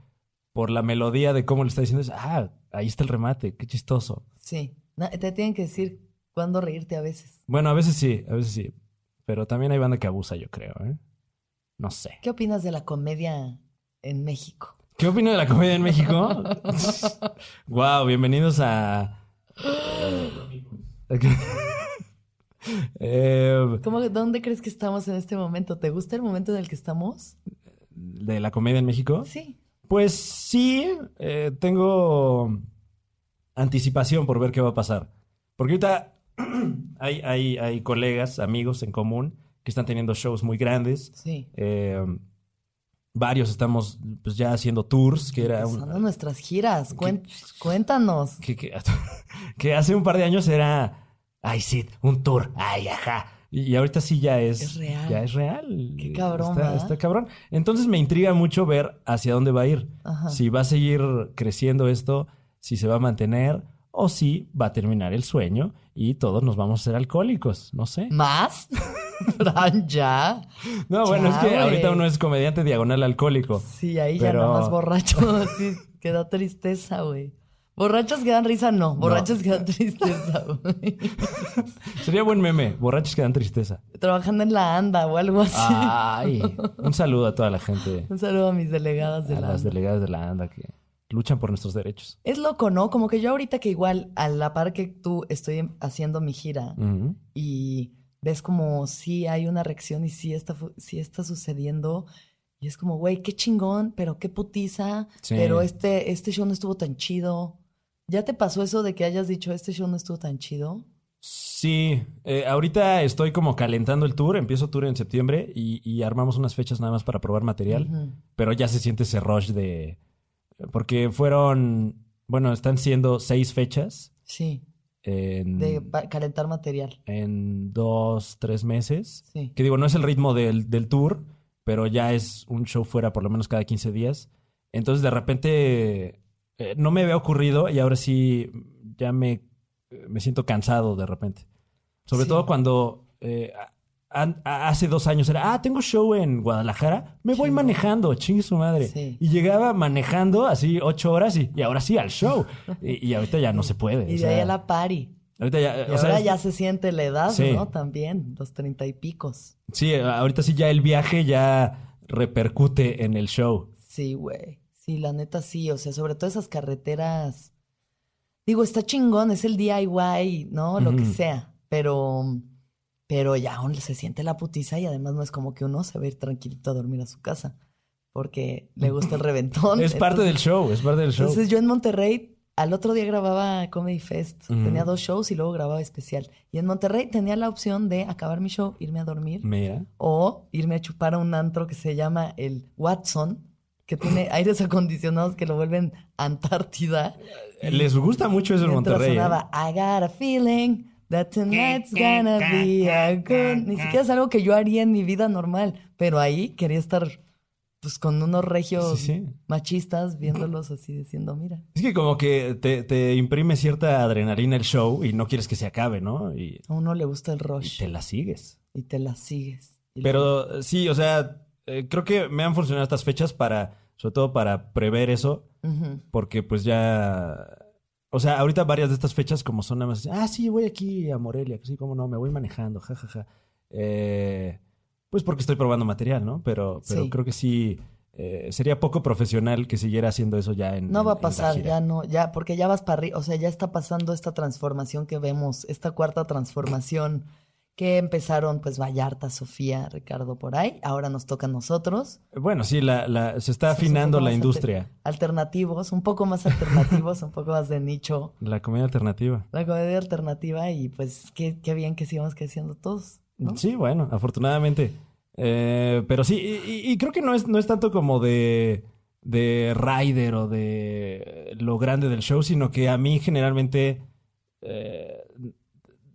S3: por la melodía de cómo lo está diciendo, es, ah, ahí está el remate, qué chistoso.
S2: Sí. Na- Te tienen que decir cuándo reírte a veces.
S3: Bueno, a veces sí, a veces sí, pero también hay banda que abusa, yo creo, ¿eh? No sé.
S2: ¿Qué opinas de la comedia en México?
S3: ¿Qué opino de la comedia en México? wow, bienvenidos a... Eh,
S2: ¿Cómo, ¿Dónde crees que estamos en este momento? ¿Te gusta el momento en el que estamos?
S3: de la comedia en México?
S2: Sí.
S3: Pues sí, eh, tengo anticipación por ver qué va a pasar. Porque ahorita hay, hay, hay colegas, amigos en común que están teniendo shows muy grandes.
S2: Sí.
S3: Eh, varios estamos pues, ya haciendo tours, que era un-
S2: Empezando Pues nuestras giras. Cuen- Cuéntanos.
S3: que, que- que hace un par de años era, ay sí, un tour, ay ajá. Y, y ahorita sí ya es,
S2: Es real.
S3: ya es real.
S2: Qué cabrón,
S3: Está,
S2: ¿verdad?
S3: está cabrón. Entonces me intriga mucho ver hacia dónde va a ir.
S2: Ajá.
S3: Si va a seguir creciendo esto, si se va a mantener o si va a terminar el sueño y todos nos vamos a ser alcohólicos. No
S2: Mm,
S3: sé.
S2: ¿Más? Fran, ya.
S3: No, bueno, es
S2: Ya,
S3: que
S2: güey.
S3: ahorita uno es comediante diagonal alcohólico.
S2: Sí, ahí ya
S3: Pero-
S2: nada más borracho. Sí, que da tristeza, güey. Borrachos que dan risa, no. Borrachos que dan tristeza, güey.
S3: Sería buen meme, borrachos que dan tristeza.
S2: Trabajando en la ANDA o algo así.
S3: Ah. Ay, un saludo a toda la gente.
S2: Un saludo a mis delegadas de
S3: a
S2: la
S3: las
S2: ANDA.
S3: delegadas de la ANDA que luchan por nuestros derechos.
S2: Es loco, ¿no? Como que yo ahorita que igual a la par que tú estoy em, haciendo mi gira
S3: Ujú.
S2: y ves como sí hay una reacción y sí está, fu- sí está sucediendo. Y es como, güey, qué chingón, pero qué putiza,
S3: Sí.
S2: pero este, este show no estuvo tan chido. ¿Ya te pasó eso de que hayas dicho, este show no estuvo tan chido?
S3: Sí, eh, ahorita estoy como calentando el tour, empiezo tour en septiembre y, y armamos unas fechas nada más para probar material,
S2: Ujú.
S3: pero ya se siente ese rush de... Porque fueron, bueno, están siendo seis fechas
S2: Sí,
S3: en,
S2: de pa- calentar material.
S3: en dos, tres meses.
S2: Sí.
S3: Que digo, no es el ritmo del, del tour, pero ya es un show fuera por lo menos cada 15 días. Entonces de repente eh, no me había ocurrido y ahora sí ya me, me siento cansado de repente. Sobre
S2: Sí.
S3: todo cuando eh, a- an- a- hace dos años era, ah, tengo show en Guadalajara, me voy
S2: Chingo.
S3: manejando, chingue su madre.
S2: Sí.
S3: Y llegaba manejando así ocho horas y, y ahora sí al show. y, y ahorita ya no se puede.
S2: Y
S3: o
S2: de ahí
S3: sea,
S2: a la party.
S3: ahorita ya,
S2: Y
S3: o sea,
S2: ahora
S3: es-
S2: ya se siente la edad,
S3: Sí.
S2: ¿no? También, los treinta y picos.
S3: Sí, ahorita sí ya el viaje ya repercute en el show.
S2: Sí, güey. Sí, la neta sí. O sea, sobre todo esas carreteras. Digo, está chingón, es el DIY, ¿no? Lo que
S3: Ujú.
S2: sea. Pero, pero ya aún se siente la putiza y además no es como que uno se va a ir tranquilito a dormir a su casa porque le gusta el reventón.
S3: Es parte
S2: Entonces-
S3: del show, es parte del show.
S2: Entonces yo en Monterrey, al otro día grababa Comedy Fest,
S3: Ujú.
S2: tenía dos shows y luego grababa especial. Y en Monterrey tenía la opción de acabar mi show, irme a dormir
S3: Mira.
S2: o irme a chupar a un antro que se llama el Watson, que tiene aires acondicionados que lo vuelven Antártida.
S3: Les gusta mucho eso en
S2: Mientras
S3: Monterrey. ¿eh?
S2: sonaba, I got a feeling that tonight's gonna be a good... Ni siquiera es algo que yo haría en mi vida normal, pero ahí quería estar pues con unos regios
S3: Sí, sí.
S2: machistas viéndolos así diciendo, mira.
S3: Es que como que te, te imprime cierta adrenalina el show y no quieres que se acabe, ¿no? Y,
S2: A uno le gusta el
S3: y
S2: rush
S3: te la sigues.
S2: y te la sigues. Y
S3: Pero eh, sí, o sea, eh, creo que me han funcionado estas fechas para, sobre todo para prever eso,
S2: luego- Ujú.
S3: porque pues ya... O sea, ahorita varias de estas fechas como son nada más, ah, sí, voy aquí a Morelia, sí, cómo no, me voy manejando, jajaja. Eh, pues porque estoy probando material, ¿no? Pero, pero
S2: Sí.
S3: creo que sí, eh, sería poco profesional que siguiera haciendo eso ya en...
S2: No
S3: en-
S2: va
S3: en
S2: a
S3: la
S2: pasar,
S3: gira.
S2: ya no, ya, porque ya vas para arriba, o sea, ya está pasando esta transformación que vemos, esta cuarta transformación que empezaron pues Vallarta, Sofía, Ricardo por ahí, ahora nos toca a nosotros,
S3: Bueno, sí, la, la- se está
S2: Sí, es un
S3: afinando
S2: poco
S3: la
S2: más
S3: industria,
S2: alternativos, un poco más alternativos, un poco más de nicho,
S3: la comida alternativa.
S2: la comedia alternativa y pues qué, qué bien que sigamos creciendo todos, ¿no?
S3: Sí, bueno, afortunadamente. Eh, pero sí, y, y- y creo que no es, no es tanto como de, de rider o de eh, lo grande del show, sino que a mí generalmente eh,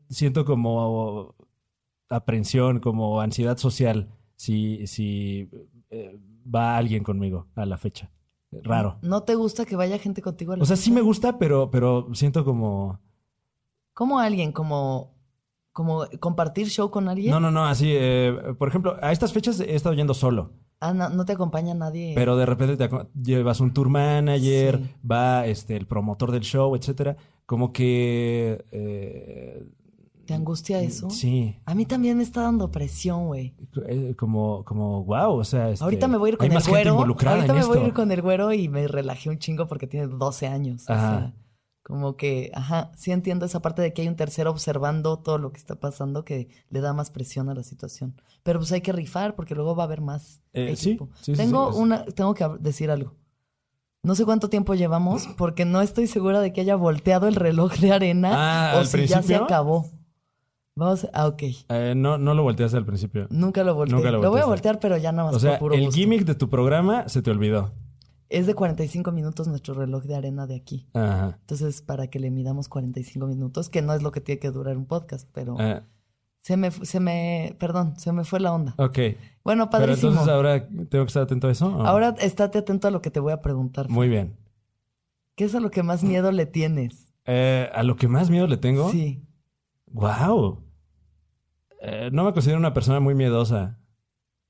S3: siento como aprensión, como ansiedad social si, si eh, va alguien conmigo a la fecha. Raro.
S2: ¿No te gusta que vaya gente contigo? a la
S3: O sea, sí
S2: fiesta?
S3: me gusta, pero, pero siento como...
S2: ¿Cómo alguien? ¿Como, como compartir show con alguien?
S3: No, no, no, así, eh, por ejemplo, a estas fechas he estado yendo solo.
S2: Ah, no, no te acompaña nadie.
S3: Pero de repente te aco- llevas un tour manager,
S2: Sí.
S3: va este el promotor del show, etcétera. Como que eh,
S2: ¿Te angustia eso?
S3: sí,
S2: A mí también me está dando presión, güey.
S3: eh, como como wow, o sea, este,
S2: Ahorita me voy a ir con
S3: hay
S2: el
S3: más gente
S2: güero.
S3: involucrada
S2: Ahorita
S3: en
S2: me
S3: esto.
S2: voy a ir con el güero y me relajé un chingo porque tiene 12 años. o
S3: Ajá.
S2: sea, como que, ajá, sí entiendo esa parte de que hay un tercero observando todo lo que está pasando que le da más presión a la situación. Pero pues hay que rifar porque luego va a haber más
S3: Eh, sí,
S2: equipo.
S3: sí, sí,
S2: tengo
S3: sí, es-
S2: una, tengo que hab- decir algo. No sé cuánto tiempo llevamos porque no estoy segura de que haya volteado el reloj de arena
S3: Ah,
S2: o
S3: ¿al
S2: si ya se
S3: principio?
S2: acabó. Vamos, a- ah, ok.
S3: Eh, no no lo volteas al principio.
S2: Nunca lo volteé.
S3: Nunca lo
S2: lo, voy a
S3: volteaste.
S2: voltear, pero ya nada más
S3: O sea,
S2: por puro
S3: el
S2: gusto.
S3: gimmick de tu programa se te olvidó.
S2: Es de 45 minutos nuestro reloj de arena de aquí.
S3: Ajá.
S2: Entonces, para que le midamos 45 minutos, que no es lo que tiene que durar un podcast, pero
S3: Ah,
S2: se me fu- se me, perdón, se me fue la onda.
S3: ok.
S2: Bueno,
S3: Pero
S2: padrísimo.
S3: entonces ah,
S2: ahora,
S3: ahora tengo que estar atento a eso. ¿o?
S2: estate atento a lo que te voy a preguntar.
S3: muy bien.
S2: ¿Qué es a lo que más miedo le tienes?
S3: Eh, a lo que más miedo le tengo.
S2: Sí.
S3: Wow. Eh, no me considero una persona muy miedosa,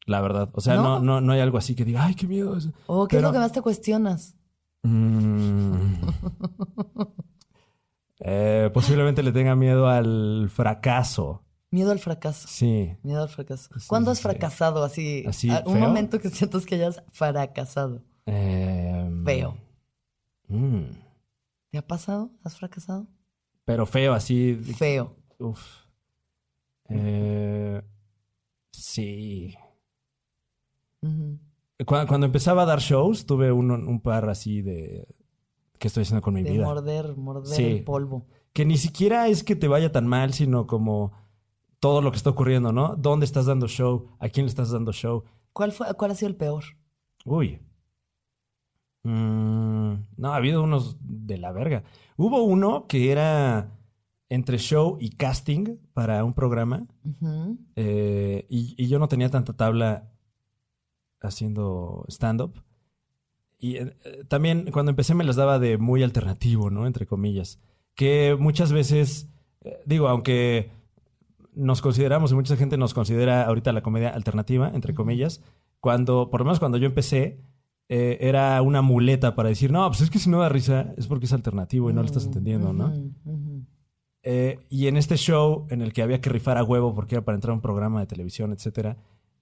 S3: la verdad. O sea,
S2: ¿No?
S3: no, no, no, hay algo así que diga, ay, qué miedo. es".
S2: ¿O qué es
S3: Pero-
S2: lo que más te cuestionas?
S3: Mm. Eh, posiblemente le tenga miedo al fracaso.
S2: Miedo al fracaso.
S3: Sí.
S2: Miedo al fracaso.
S3: Pues Sí,
S2: ¿Cuándo
S3: sí,
S2: has
S3: sí.
S2: fracasado así?
S3: ¿Así
S2: a- un
S3: feo?
S2: momento que sientas que hayas fracasado.
S3: Eh,
S2: Feo.
S3: Mm.
S2: ¿Te ha pasado? ¿Has fracasado?
S3: Pero feo, así.
S2: Feo.
S3: Uf. Eh, sí.
S2: Ujú.
S3: Cu- Cuando, empezaba a dar shows, tuve un, un par así de. ¿Qué estoy haciendo con mi
S2: De
S3: vida?
S2: morder, morder
S3: Sí.
S2: el polvo.
S3: Que ni siquiera es que te vaya tan mal, sino como todo lo que está ocurriendo, ¿no? ¿Dónde estás dando show? ¿A quién le estás dando show?
S2: ¿Cuál, fue, ¿Cuál ha sido el peor?
S3: Uy. Mm, no, ha habido unos de la verga. Hubo uno que era entre show y casting para un programa.
S2: Ujú.
S3: eh, y, y yo no tenía tanta tabla haciendo stand-up. Y eh, eh, también cuando empecé me las daba de muy alternativo, ¿no? Entre comillas. Que muchas veces, eh, digo, aunque nos consideramos y mucha gente nos considera ahorita la comedia alternativa, entre
S2: Ujú.
S3: comillas, cuando, por lo menos cuando yo empecé, eh, era una muleta para decir, no, pues es que si no da risa es porque es alternativo y no lo estás
S2: Mm,
S3: entendiendo, ¿no?
S2: ujú, ujú.
S3: Eh, y en este show, en el que había que rifar a huevo porque era para entrar a un programa de televisión, etcétera,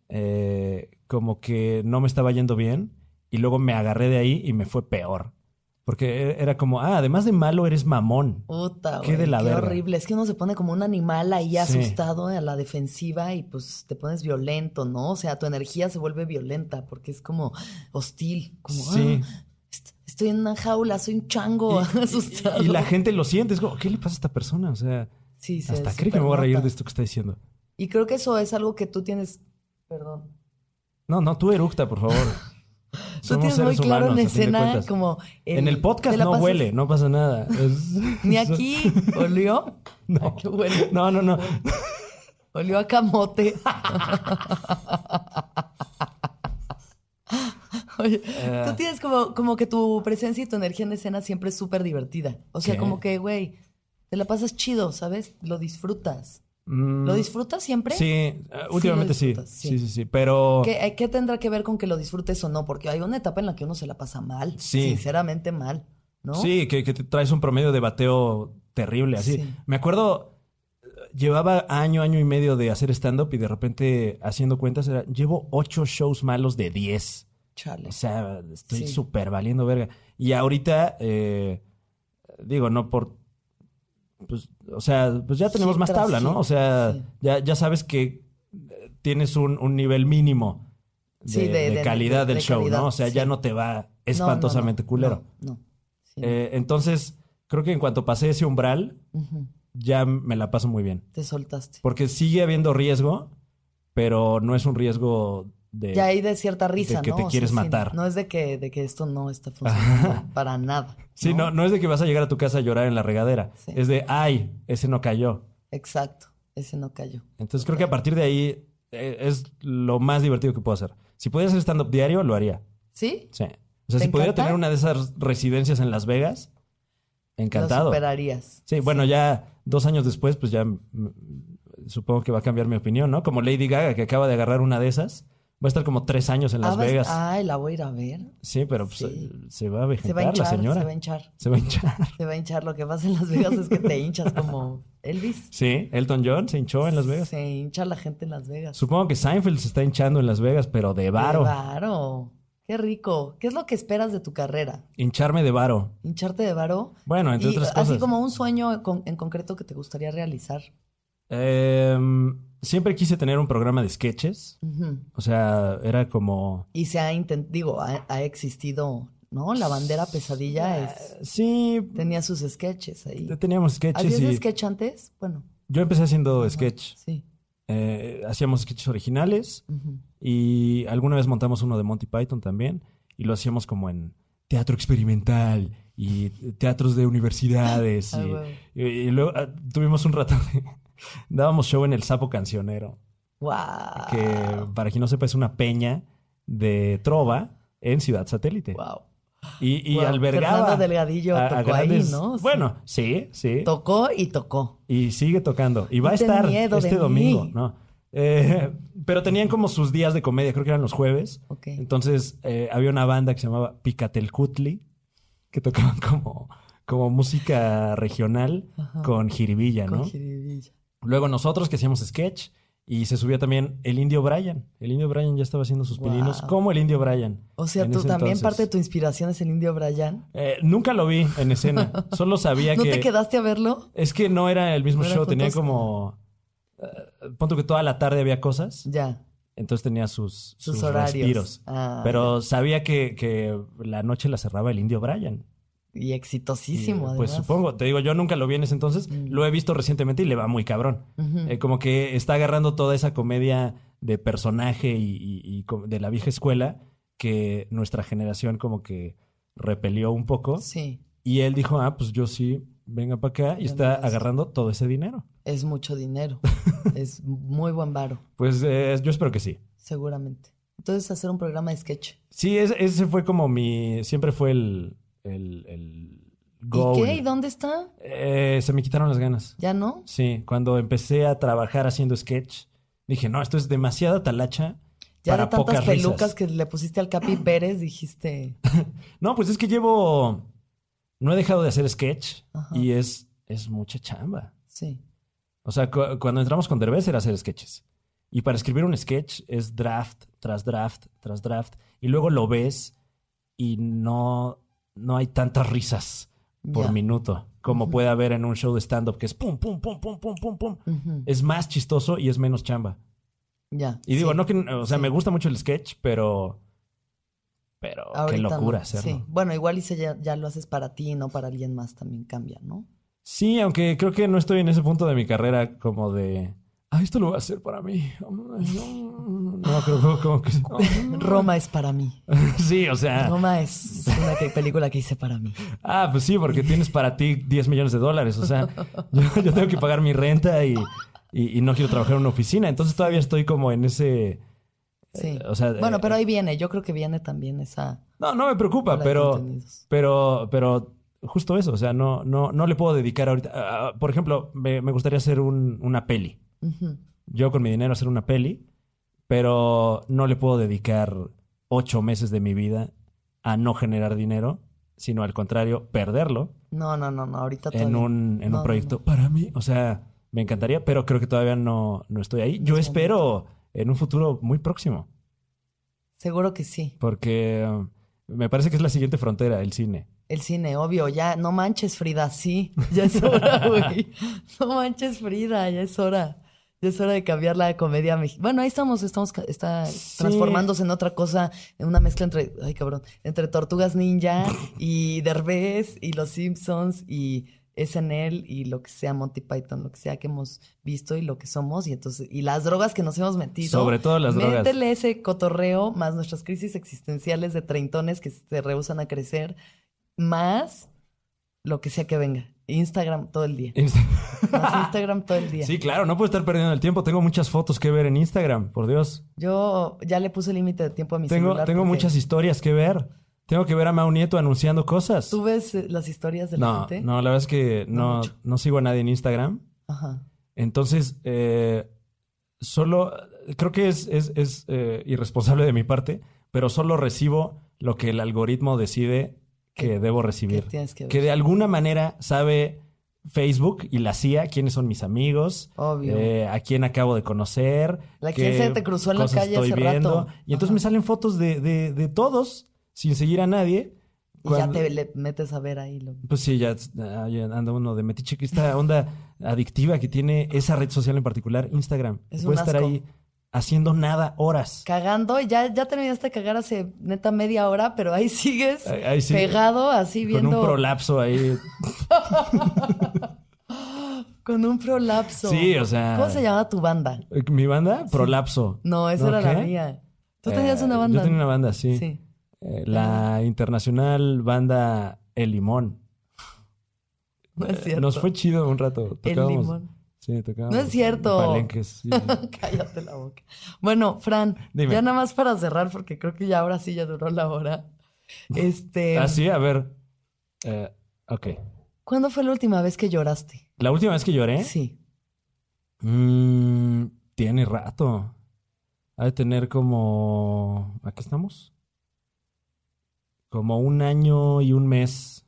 S3: eh, como que no me estaba yendo bien. Y luego me agarré de ahí y me fue peor. Porque e- era como, ah, además de malo, eres mamón.
S2: Puta,
S3: Qué
S2: güey,
S3: de la
S2: qué
S3: verga.
S2: horrible. Es que uno se pone como un animal ahí
S3: Sí.
S2: asustado a la defensiva y pues te pones violento, ¿no? O sea, tu energía se vuelve violenta porque es como hostil, como
S3: Sí.
S2: "Ah, est- estoy en una jaula, soy un
S3: Y,
S2: chango
S3: y-
S2: Oh, asustado.
S3: y la gente lo siente. Es como, ¿qué le pasa a esta persona? O sea,
S2: Sí, se
S3: hasta cree que me voy a reír de
S2: supernota.
S3: esto que está diciendo.
S2: Y creo que eso es algo que tú tienes, perdón,
S3: No, no, tú eructa, por favor.
S2: tú tienes muy claro en
S3: a fin de
S2: escena
S3: cuentas.
S2: como
S3: en el podcast
S2: te la
S3: no
S2: pasas-
S3: huele, no pasa nada. Es-
S2: Ni aquí olió,
S3: No.
S2: qué bueno.
S3: no, no, no.
S2: olió a camote. Oye,
S3: Eh.
S2: tú tienes como, como que tu presencia y tu energía en escena siempre es súper divertida. O sea,
S3: Sí.
S2: como que, güey, te la pasas chido, ¿sabes? Lo disfrutas.
S3: Mm.
S2: ¿Lo disfrutas siempre?
S3: Sí, eh, últimamente sí.
S2: disfrutas,
S3: Sí,
S2: sí.
S3: sí, sí. Pero
S2: ¿Qué, eh, qué tendrá que ver con que lo disfrutes o no? Porque hay una etapa en la que uno se la pasa mal.
S3: Sí.
S2: Sinceramente mal, ¿no?
S3: sí, que, que te traes un promedio de bateo terrible, así.
S2: Sí.
S3: Me acuerdo, eh, llevaba año, año y medio de hacer stand-up y de repente haciendo cuentas era, llevo ocho shows malos de diez.
S2: Chale.
S3: O sea, estoy
S2: Sí.
S3: súper valiendo verga. Y ahorita, eh, digo, no por... Pues, o sea, pues ya tenemos
S2: Hit
S3: más
S2: tras
S3: tabla, ¿no?
S2: hit,
S3: O sea,
S2: sí.
S3: ya, ya sabes que eh, tienes un, un nivel mínimo de,
S2: Sí, de-
S3: de
S2: de-
S3: calidad
S2: de-
S3: del
S2: de
S3: show,
S2: calidad,
S3: ¿no? O sea, ya
S2: sí.
S3: no te
S2: No,
S3: va
S2: no, no,
S3: espantosamente culero.
S2: No. no. Sí, no.
S3: Eh, entonces, creo que en cuanto pasé ese umbral,
S2: Ujú.
S3: ya me la paso muy bien.
S2: Te soltaste.
S3: Porque sigue habiendo riesgo, pero no es un riesgo eh, de...
S2: Ya hay de cierta risa,
S3: que
S2: ¿no?
S3: te
S2: O sea,
S3: quieres
S2: sí,
S3: matar.
S2: No es de que, de que esto no está funcionando para nada.
S3: Sí, no, no es de que vas a llegar a tu casa a llorar en la regadera.
S2: Sí.
S3: Es de, ay, ese no cayó.
S2: Exacto. Ese no cayó.
S3: Entonces creo que a partir de ahí eh, es lo más divertido que puedo hacer. Si pudiera hacer stand-up diario, lo haría.
S2: ¿Sí?
S3: Sí. O sea,
S2: ¿Te
S3: si pudiera
S2: encanta?
S3: tener una de esas residencias en Las Vegas,
S2: Lo
S3: encantado.
S2: superarías.
S3: Sí, bueno, ya dos años después, pues ya mm, supongo que va a cambiar mi opinión, ¿no? Como Lady Gaga, que acaba de agarrar una de esas, va a estar como tres años en Las
S2: Ah, vas-
S3: Vegas.
S2: Ay, la voy a ir a ver.
S3: sí, pero pues,
S2: sí.
S3: eh,
S2: Se
S3: se va a
S2: va a
S3: vegetar la
S2: hinchar,
S3: señora.
S2: se va a hinchar.
S3: Se va a hinchar.
S2: Se va a hinchar. Lo que pasa en Las Vegas es que te hinchas como Elvis.
S3: Sí, Elton John se hinchó en Las Vegas.
S2: Se hincha la gente en Las Vegas.
S3: Supongo que Seinfeld se está hinchando en Las Vegas, pero de varo.
S2: Varo. Qué rico. ¿Qué es lo que esperas de tu carrera?
S3: Hincharme de varo.
S2: ¿Hincharte de varo?
S3: Bueno, entre
S2: Y
S3: otras
S2: así
S3: cosas.
S2: como un sueño con- en concreto que te gustaría realizar.
S3: Em, siempre quise tener un programa de sketches.
S2: Ujú.
S3: O sea, era como.
S2: Y se ha intentado, digo, ha, ha existido, ¿no? La bandera pesadilla es,
S3: eh, Sí,
S2: tenía sus sketches ahí.
S3: teníamos sketches.
S2: ¿Hacías
S3: Y
S2: sketch antes? Bueno,
S3: Yo empecé haciendo sketch.
S2: sí.
S3: Eh, hacíamos sketches originales
S2: ujú.
S3: y alguna vez montamos uno de Monty Python también. Y lo hacíamos como en teatro experimental y teatros de universidades.
S2: Ah,
S3: y-
S2: huevo.
S3: Y, y luego ah, tuvimos un rato de- Dábamos show en el Sapo Cancionero,
S2: Guau,
S3: que
S2: Ah.
S3: para quien no sepa es una peña de trova en Ciudad Satélite.
S2: guau.
S3: Y, y
S2: Guau,
S3: albergaba...
S2: Fernando Delgadillo
S3: a- a
S2: tocó ahí,
S3: grandes-
S2: ¿no? O sea,
S3: Bueno, eh, sí, sí.
S2: Tocó y tocó.
S3: Y sigue tocando. Y va a
S2: No ten
S3: estar
S2: miedo de
S3: este domingo,
S2: mí.
S3: ¿no? Eh, pero tenían como sus días de comedia, creo que eran los jueves.
S2: Ok.
S3: Entonces eh, había una banda que se llamaba Picatelcutli, que tocaban como, como música regional
S2: Ajá.
S3: con jiribilla,
S2: Ah.
S3: ¿no?
S2: Con jiribilla.
S3: Luego nosotros que hacíamos sketch Y se subía también el indio Brian. El indio Brian ya estaba haciendo sus
S2: Wow.
S3: pininos como el indio Brian.
S2: O sea,
S3: en
S2: tú
S3: ese
S2: también
S3: entonces.
S2: parte de tu inspiración es el indio Brian.
S3: Eh, nunca lo vi en escena. Solo sabía
S2: ¿No
S3: que.
S2: te quedaste a verlo?
S3: Es que no era el mismo
S2: No era
S3: show. Tenía
S2: fantasma.
S3: como. eh, pon tú que toda la tarde había cosas.
S2: Ya,
S3: Entonces tenía sus,
S2: sus,
S3: sus
S2: horarios.
S3: respiros.
S2: Ah,
S3: Pero sabía que, que la noche la cerraba el indio Brian.
S2: Y
S3: Y,
S2: exitosísimo,
S3: pues
S2: además.
S3: supongo, te digo, yo nunca lo vi en ese entonces,
S2: Mm.
S3: lo he visto recientemente y le va muy cabrón.
S2: Ujú.
S3: Eh, como que está agarrando toda esa comedia de personaje y, y- y co- de la vieja escuela que nuestra generación como que repelió un poco.
S2: Sí,
S3: Y él dijo, ah, pues yo sí, venga para acá. Y
S2: Ya
S3: está
S2: andas.
S3: agarrando todo ese dinero.
S2: es mucho dinero. es muy buen varo,
S3: Pues eh, yo espero que sí.
S2: seguramente. Entonces, hacer un programa de sketch.
S3: Sí, es- ese fue como mi... Siempre fue el... el, el goal.
S2: ¿Y qué? ¿Y dónde está?
S3: Eh, se me quitaron las ganas.
S2: ¿Ya no?
S3: Sí, cuando empecé a trabajar haciendo sketch, dije, no, esto es demasiada talacha.
S2: Ya
S3: para
S2: de tantas
S3: pocas
S2: pelucas
S3: risas".
S2: que le pusiste al Capi Pérez, dijiste.
S3: No, pues es que llevo... No he dejado de hacer sketch
S2: Ajá.
S3: y es, es mucha chamba.
S2: Sí.
S3: O sea, cu- cuando entramos con Derbez era hacer sketches. Y para escribir un sketch es draft tras draft tras draft. Y luego lo ves y no, no hay tantas risas por
S2: ya.
S3: minuto como
S2: Ujú.
S3: puede haber en un show de stand-up que es pum, pum, pum, pum, pum, pum, pum.
S2: Ujú,
S3: Es más chistoso y es menos chamba.
S2: Ya.
S3: Eh, Y digo,
S2: sí.
S3: no que, o sea,
S2: sí.
S3: me gusta mucho el sketch, pero, pero qué
S2: Ahorita no,
S3: locura
S2: Sí.
S3: hacerlo.
S2: Bueno, igual y si ya, ya lo haces para ti, no para alguien más, también cambia, ¿no?
S3: Sí. aunque creo que no estoy en ese punto de mi carrera como de, ah, esto lo voy a hacer para mí. No, creo que como que...
S2: Roma es para mí.
S3: Sí, o sea,
S2: Roma es una que- película que hice para mí.
S3: ah, pues sí, porque tienes para ti 10 millones de dólares, o sea, yo, yo tengo que pagar mi renta y, y- y no quiero trabajar en una oficina, entonces todavía estoy como en ese...
S2: Sí.
S3: O sea,
S2: bueno,
S3: eh,
S2: pero ahí viene. Yo creo que viene también esa.
S3: No, no me
S2: ola
S3: preocupa,
S2: de
S3: pero...
S2: contenidos.
S3: Pero, pero justo eso, o sea, no, no, no le puedo dedicar ahorita. a- a- por ejemplo, me, me gustaría hacer un- una peli.
S2: Ujú,
S3: Yo con mi dinero hacer una peli, pero no le puedo dedicar ocho meses de mi vida a no generar dinero, sino al contrario, perderlo
S2: No, no, no, no. Ahorita
S3: en
S2: todavía.
S3: un,
S2: No,
S3: en
S2: no,
S3: un proyecto
S2: no.
S3: para mí. O sea, me encantaría, pero creo que todavía no, no estoy ahí.
S2: No
S3: Yo
S2: es
S3: espero en un futuro muy próximo,
S2: Seguro que sí.
S3: porque um, me parece que es la siguiente frontera, el cine.
S2: El cine, obvio, ya no manches Frida, sí, ya es hora, güey. No manches Frida, ya es hora. Ya es hora de cambiar la comedia mexicana. Bueno, ahí estamos, estamos ca- está
S3: Sí.
S2: transformándose en otra cosa, en una mezcla entre, ay cabrón, entre Tortugas Ninja y Derbez y Los Simpsons y SNL y lo que sea, Monty Python, lo que sea que hemos visto y lo que somos y entonces y las drogas que nos hemos metido.
S3: Sobre todo las drogas.
S2: Métele ese cotorreo más nuestras crisis existenciales de treintones que se rehusan a crecer, más lo que sea que venga. Instagram todo el día. Más Instagram todo el día.
S3: Sí, claro, no puedo estar perdiendo el tiempo. Tengo muchas fotos que ver en Instagram, por Dios.
S2: Yo ya le puse límite de tiempo a mi
S3: Tengo,
S2: celular
S3: tengo
S2: porque
S3: muchas historias que ver. Tengo que ver a Mau Nieto anunciando cosas.
S2: ¿Tú ves eh, las historias de la
S3: No,
S2: gente?
S3: no, la verdad es que
S2: No
S3: no,
S2: mucho.
S3: no sigo a nadie en Instagram.
S2: Ajá.
S3: Entonces, eh, solo creo que es, es- es, eh, irresponsable de mi parte, pero solo recibo lo que el algoritmo decide que
S2: ¿Qué-
S3: debo
S2: ¿Qué
S3: recibir.
S2: tienes que ver?
S3: Que de alguna manera sabe Facebook y la CIA quiénes son mis amigos,
S2: Obvio.
S3: eh, a quién acabo de conocer.
S2: La
S3: qué
S2: quien se te cruzó en la
S3: cosas
S2: calle
S3: estoy
S2: hace rato.
S3: viendo. Y entonces
S2: Ajá.
S3: me salen fotos de, de- de todos sin seguir a nadie.
S2: y ya
S3: Cuando-
S2: te le metes a ver ahí lo.
S3: Pues sí, ya ah, ya anda uno de metiche. que Esta onda adictiva que tiene esa red social en particular, Instagram.
S2: Es un
S3: Puede estar
S2: asco.
S3: ahí haciendo nada horas.
S2: Cagando, ya, ya terminaste de cagar hace neta media hora, pero ahí sigues
S3: Ahí- ahí sí,
S2: pegado, así
S3: Con
S2: viendo.
S3: un prolapso ahí.
S2: Con un prolapso.
S3: Sí, o sea. eh,
S2: ¿Cómo se llamaba tu banda?
S3: ¿Mi banda? Prolapso.
S2: No, esa
S3: ¿No
S2: era la
S3: qué?
S2: mía. Tú tenías
S3: Eh,
S2: una banda.
S3: Yo tenía una banda,
S2: ¿no?
S3: sí.
S2: Sí.
S3: Eh, la internacional banda El Limón.
S2: No es
S3: Eh,
S2: cierto.
S3: Nos fue chido un rato.
S2: el
S3: Tocábamos-
S2: limón.
S3: Sí, tocábamos.
S2: No es cierto.
S3: en Palenques, sí.
S2: Cállate la boca. Bueno, Fran,
S3: Dime.
S2: ya nada más para cerrar, porque creo que ya ahora sí ya duró la hora. Este.
S3: Ah, sí, a ver. Eh, ok.
S2: ¿Cuándo fue la última vez que lloraste?
S3: La última vez que lloré.
S2: Sí.
S3: Mm, tiene rato. Ha de tener como. ¿Aquí estamos? Como un año y un mes,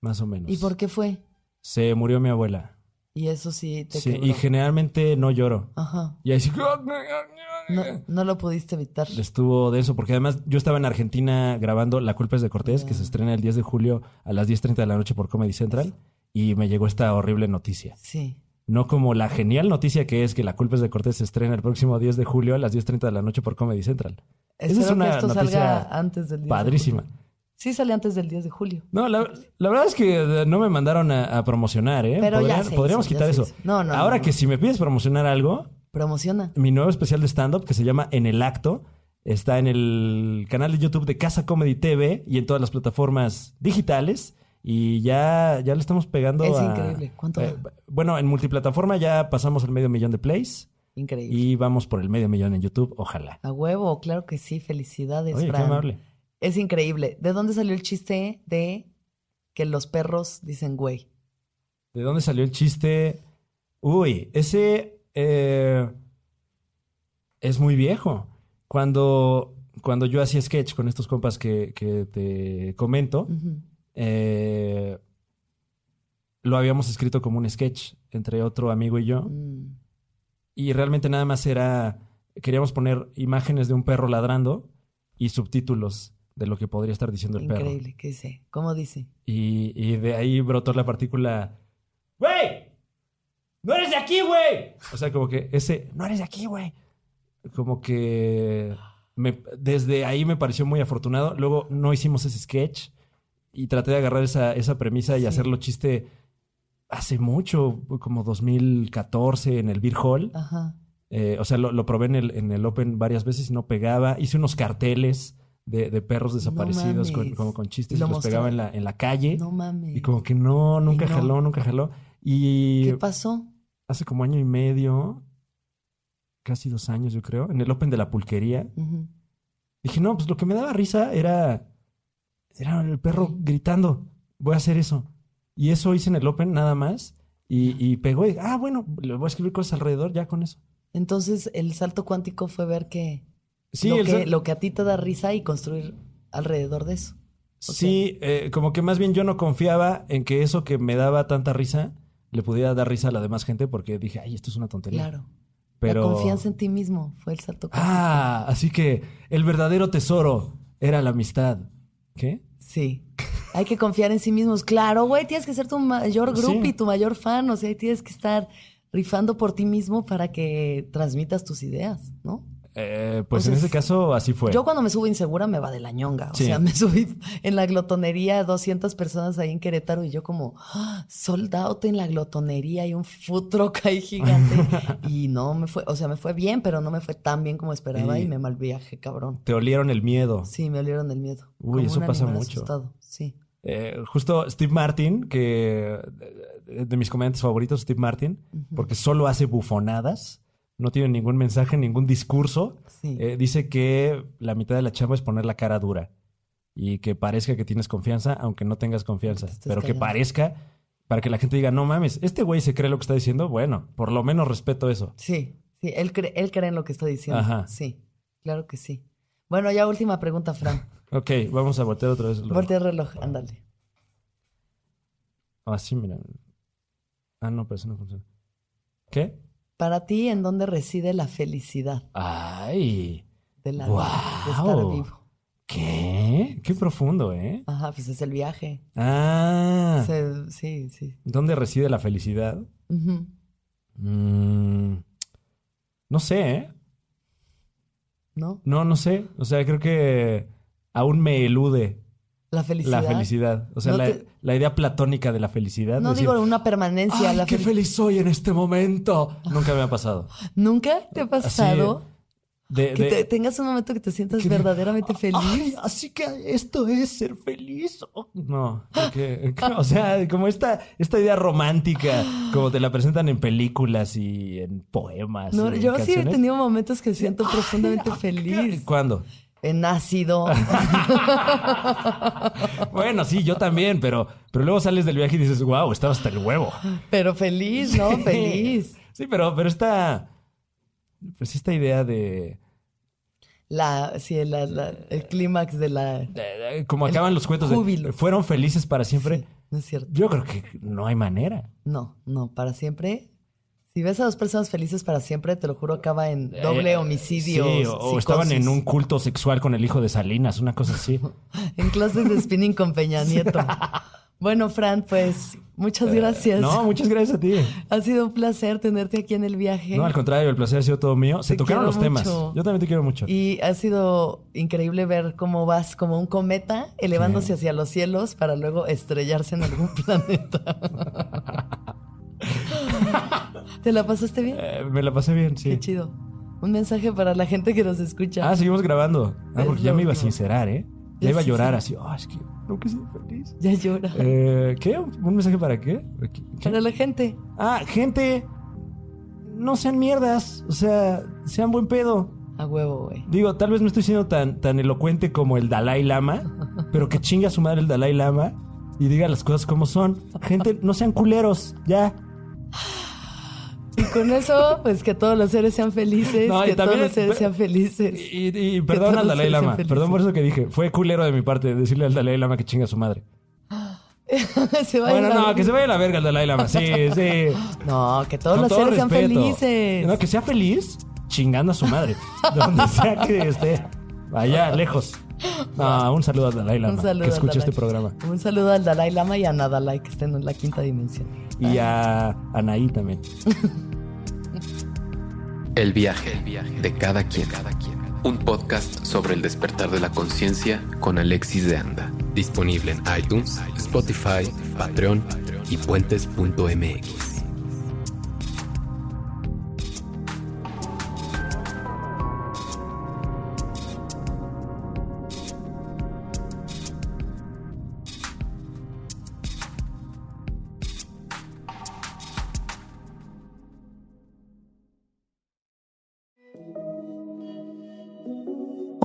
S3: más o menos.
S2: ¿Y por qué fue?
S3: Se murió mi abuela.
S2: Y eso sí te
S3: Sí,
S2: quebró.
S3: y generalmente no lloro.
S2: Ajá.
S3: Y ahí sí.
S2: No, no lo pudiste evitar.
S3: Estuvo de eso, porque además yo estaba en Argentina grabando La culpa es de Cortés,
S2: Mm.
S3: que se estrena el 10 de julio a las 10.30 de la noche por Comedy Central, y me llegó esta horrible noticia.
S2: Sí.
S3: No como la genial noticia que es que La culpa es de Cortés se estrena el próximo 10 de julio a las 10.30 de la noche por Comedy Central. Esa
S2: Espero
S3: es una
S2: que esto
S3: noticia
S2: salga antes del 10 de
S3: Padrísima.
S2: julio. Sí, sale antes del 10 de julio.
S3: No, la, la verdad es que eh, no me mandaron a, a promocionar, ¿eh?
S2: Pero ya
S3: Podrían-
S2: se
S3: podríamos
S2: hizo, ya
S3: quitar
S2: se
S3: eso.
S2: hizo. No, no,
S3: Ahora
S2: no,
S3: que
S2: no.
S3: si me pides promocionar algo,
S2: Promociona.
S3: mi nuevo especial de stand-up que se llama En el Acto. Está en el canal de YouTube de Casa Comedy TV y en todas las plataformas digitales. Y ya, ya le estamos pegando
S2: Es
S3: a-
S2: increíble. ¿Cuánto
S3: eh,
S2: va?
S3: bueno, en multiplataforma ya pasamos el medio millón de plays
S2: Increíble.
S3: y vamos por el medio millón en YouTube, ojalá.
S2: A huevo, claro que sí. Felicidades,
S3: Oye, qué
S2: Fran.
S3: amable.
S2: Es increíble. ¿De dónde salió el chiste de que los perros dicen güey?
S3: ¿De dónde salió el chiste? Uy, ese eh, es muy viejo. Cuando, cuando yo hacía sketch con estos compas que, que te comento,
S2: Ujú.
S3: eh, lo habíamos escrito como un sketch entre otro amigo y yo.
S2: Mm.
S3: Y realmente nada más era, queríamos poner imágenes de un perro ladrando y subtítulos de lo que podría estar diciendo el perro.
S2: Increíble. ¿Qué dice? ¿Cómo dice?
S3: Y, y de ahí brotó la partícula. ¡Güey! ¡No eres de aquí, güey! O sea, como que ese, no eres de aquí, güey. Como que me- desde ahí me pareció muy afortunado. Luego no hicimos ese sketch y traté de agarrar esa, esa premisa y
S2: Sí.
S3: hacerlo chiste hace mucho, como 2014 en el Beer Hall.
S2: Ajá.
S3: Eh, o sea, lo, lo probé en el, en el Open varias veces y no pegaba. Hice unos carteles de, de perros desaparecidos con,
S2: mames.
S3: como con chistes
S2: ¿Y
S3: y
S2: lo
S3: los pegaba en la, en la calle.
S2: No mames.
S3: Y como que no, nunca
S2: Y no.
S3: jaló, nunca jaló. Y
S2: ¿Qué pasó?
S3: hace como año y medio, casi dos años yo creo, en el Open de la Pulquería,
S2: Ujú.
S3: dije, no, pues lo que me daba risa era, era el perro gritando, voy a hacer eso. Y eso hice en el Open nada más. Y, y pegó y, ah, bueno, le voy a escribir cosas alrededor ya con eso.
S2: Entonces, el salto cuántico fue ver que
S3: Sí,
S2: lo,
S3: el
S2: que,
S3: sa-
S2: lo que a ti te da risa y construir alrededor de eso. O
S3: Sí, eh, como que más bien yo no confiaba en que eso que me daba tanta risa le pudiera dar risa a la demás gente porque dije, ay, esto es una tontería.
S2: Claro.
S3: Pero...
S2: La confianza en ti mismo fue el salto cuántico.
S3: Ah, así que el verdadero tesoro era la amistad. ¿Qué?
S2: Sí. Hay que confiar en sí mismos. Claro, güey, tienes que ser tu mayor
S3: Sí.
S2: grupo y tu mayor fan. O sea, ahí tienes que estar rifando por ti mismo para que transmitas tus ideas, ¿no?
S3: Eh, pues
S2: O sea,
S3: en ese
S2: es-
S3: caso así fue.
S2: Yo cuando me subo insegura me va de la ñonga. O
S3: Pues. Sí.
S2: sea, me subí en la glotonería, 200 personas ahí en Querétaro y yo como, ¡Ah! sold out en la glotonería y un food truck ahí gigante. y no me fue, o sea, me fue bien, pero no me fue tan bien como esperaba y,
S3: Y-
S2: me mal viaje, cabrón.
S3: Te olieron el miedo.
S2: Sí, me olieron el miedo.
S3: Uy, eso
S2: un
S3: pasa
S2: animal
S3: mucho.
S2: asustado, Sí.
S3: Eh, justo Steve Martin, que eh, de, de mis comediantes favoritos, Steve Martin, porque solo hace bufonadas, no tiene ningún mensaje, ningún discurso.
S2: Sí.
S3: Eh, dice que la mitad de la chamba es poner la cara dura y que parezca que tienes confianza, aunque no tengas confianza,
S2: Te estés
S3: pero que
S2: callando.
S3: parezca para que la gente diga, no mames, este güey se cree lo que está diciendo, bueno, por lo menos respeto eso.
S2: Sí, sí, él cree, él cree en lo que está diciendo.
S3: Ajá.
S2: Sí, claro que sí. Bueno, ya última pregunta, Fran.
S3: Ok, vamos a voltear otra vez. el reloj.
S2: Voltea el reloj, ándale.
S3: Ah, sí, mira. Ah, no, pero eso no funciona. ¿Qué?
S2: Para ti, ¿en dónde reside la felicidad
S3: Ay,
S2: de la vida, de estar
S3: Guau.
S2: vivo?
S3: ¿qué? Qué profundo, ¿eh?
S2: Ajá, pues es el viaje.
S3: Ah,
S2: Se- sí, sí.
S3: ¿dónde reside la felicidad?
S2: Ujú.
S3: Mm, no sé, ¿eh?
S2: ¿No?
S3: No, no sé. O sea, creo que aún me elude
S2: La felicidad.
S3: la felicidad. O sea,
S2: No
S3: la,
S2: te-
S3: la idea platónica de la felicidad.
S2: No
S3: decir,
S2: digo una permanencia.
S3: ¡Ay,
S2: la
S3: qué
S2: fel-
S3: feliz soy en este momento! Nunca me ha pasado.
S2: ¿Nunca te ha pasado
S3: De,
S2: que
S3: de-
S2: te- tengas un momento que te sientas
S3: que-
S2: verdaderamente
S3: Ay,
S2: feliz?
S3: así que esto es ser feliz. Oh, No, porque- o sea, como esta, esta idea romántica, como te la presentan en películas y en poemas.
S2: No,
S3: y en
S2: yo sí he
S3: canciones.
S2: tenido momentos que siento profundamente feliz.
S3: ¿Cuándo?
S2: En ácido.
S3: Bueno, sí, yo también, pero, pero luego sales del viaje y dices, wow, estaba hasta el huevo.
S2: Pero feliz, ¿no? Feliz.
S3: Sí, pero, pero esta. Pues esta idea de.
S2: La, sí, la- la- el clímax de la.
S3: de- de- como acaban los cuentos de.
S2: júbilo.
S3: Fueron felices para siempre.
S2: Sí. No es cierto.
S3: Yo creo que no hay manera.
S2: No, no, para siempre. Si ves a dos personas felices para siempre, te lo juro, acaba en doble
S3: Eh,
S2: homicidio.
S3: sí, o, o estaban
S2: psicosis.
S3: en un culto sexual con el hijo de Salinas, una cosa así.
S2: En clases de spinning con Peña Nieto. Bueno, Fran, pues muchas gracias.
S3: Eh, No, muchas gracias a ti.
S2: Ha sido un placer tenerte aquí en el viaje.
S3: No, al contrario, el placer ha sido todo mío. Se
S2: Te
S3: tocaron
S2: quiero
S3: los temas.
S2: mucho.
S3: Yo también te quiero mucho.
S2: Y ha sido increíble ver cómo vas como un cometa elevándose hacia los cielos para luego estrellarse en algún planeta. ¿Te la pasaste bien?
S3: Eh, me la pasé bien, sí.
S2: Qué chido. Un mensaje para la gente que nos escucha.
S3: Ah, seguimos grabando. Ah,
S2: Es
S3: porque ya
S2: lo
S3: me iba a
S2: último.
S3: sincerar, ¿eh?
S2: Pues Ya
S3: Ya iba a
S2: sí,
S3: llorar
S2: sí.
S3: así. Ah, es que nunca he sido feliz.
S2: Ya llora.
S3: Eh, ¿Qué? ¿Un mensaje para qué? ¿Qué?
S2: Para la gente.
S3: Ah, gente, no sean mierdas. O sea, sean buen pedo.
S2: A huevo, güey.
S3: Digo, tal vez no estoy siendo tan, tan elocuente como el Dalai Lama, pero que chinga a su madre el Dalai Lama y diga las cosas como son. Gente, no sean culeros, ya.
S2: Y con eso, pues que todos los seres sean felices.
S3: No, y
S2: que todos
S3: también-
S2: los seres sean felices.
S3: Y, y- y perdón
S2: todos
S3: al Dalai
S2: sean
S3: Lama,
S2: felices.
S3: perdón por eso que dije. Fue culero de mi parte decirle al Dalai Lama que chinga a su madre.
S2: Se va a
S3: Bueno,
S2: ir la-
S3: no, que se vaya a la verga el Dalai Lama. Sí, sí.
S2: No, que todos
S3: Con
S2: los
S3: todo
S2: seres sean
S3: respeto.
S2: felices.
S3: No, que sea feliz chingando a su madre. Donde sea que esté. Allá, lejos. No, un saludo al Dalai Lama.
S2: Un saludo
S3: que
S2: al
S3: escuche
S2: Dalai.
S3: este programa.
S2: Un saludo al Dalai Lama y a Nadalai, que estén en la quinta dimensión.
S3: Y a Anaí también.
S1: El viaje, de cada quien. Un podcast sobre el despertar de la conciencia con Alexis de Anda. Disponible en iTunes, Spotify, Patreon y puentes.mx.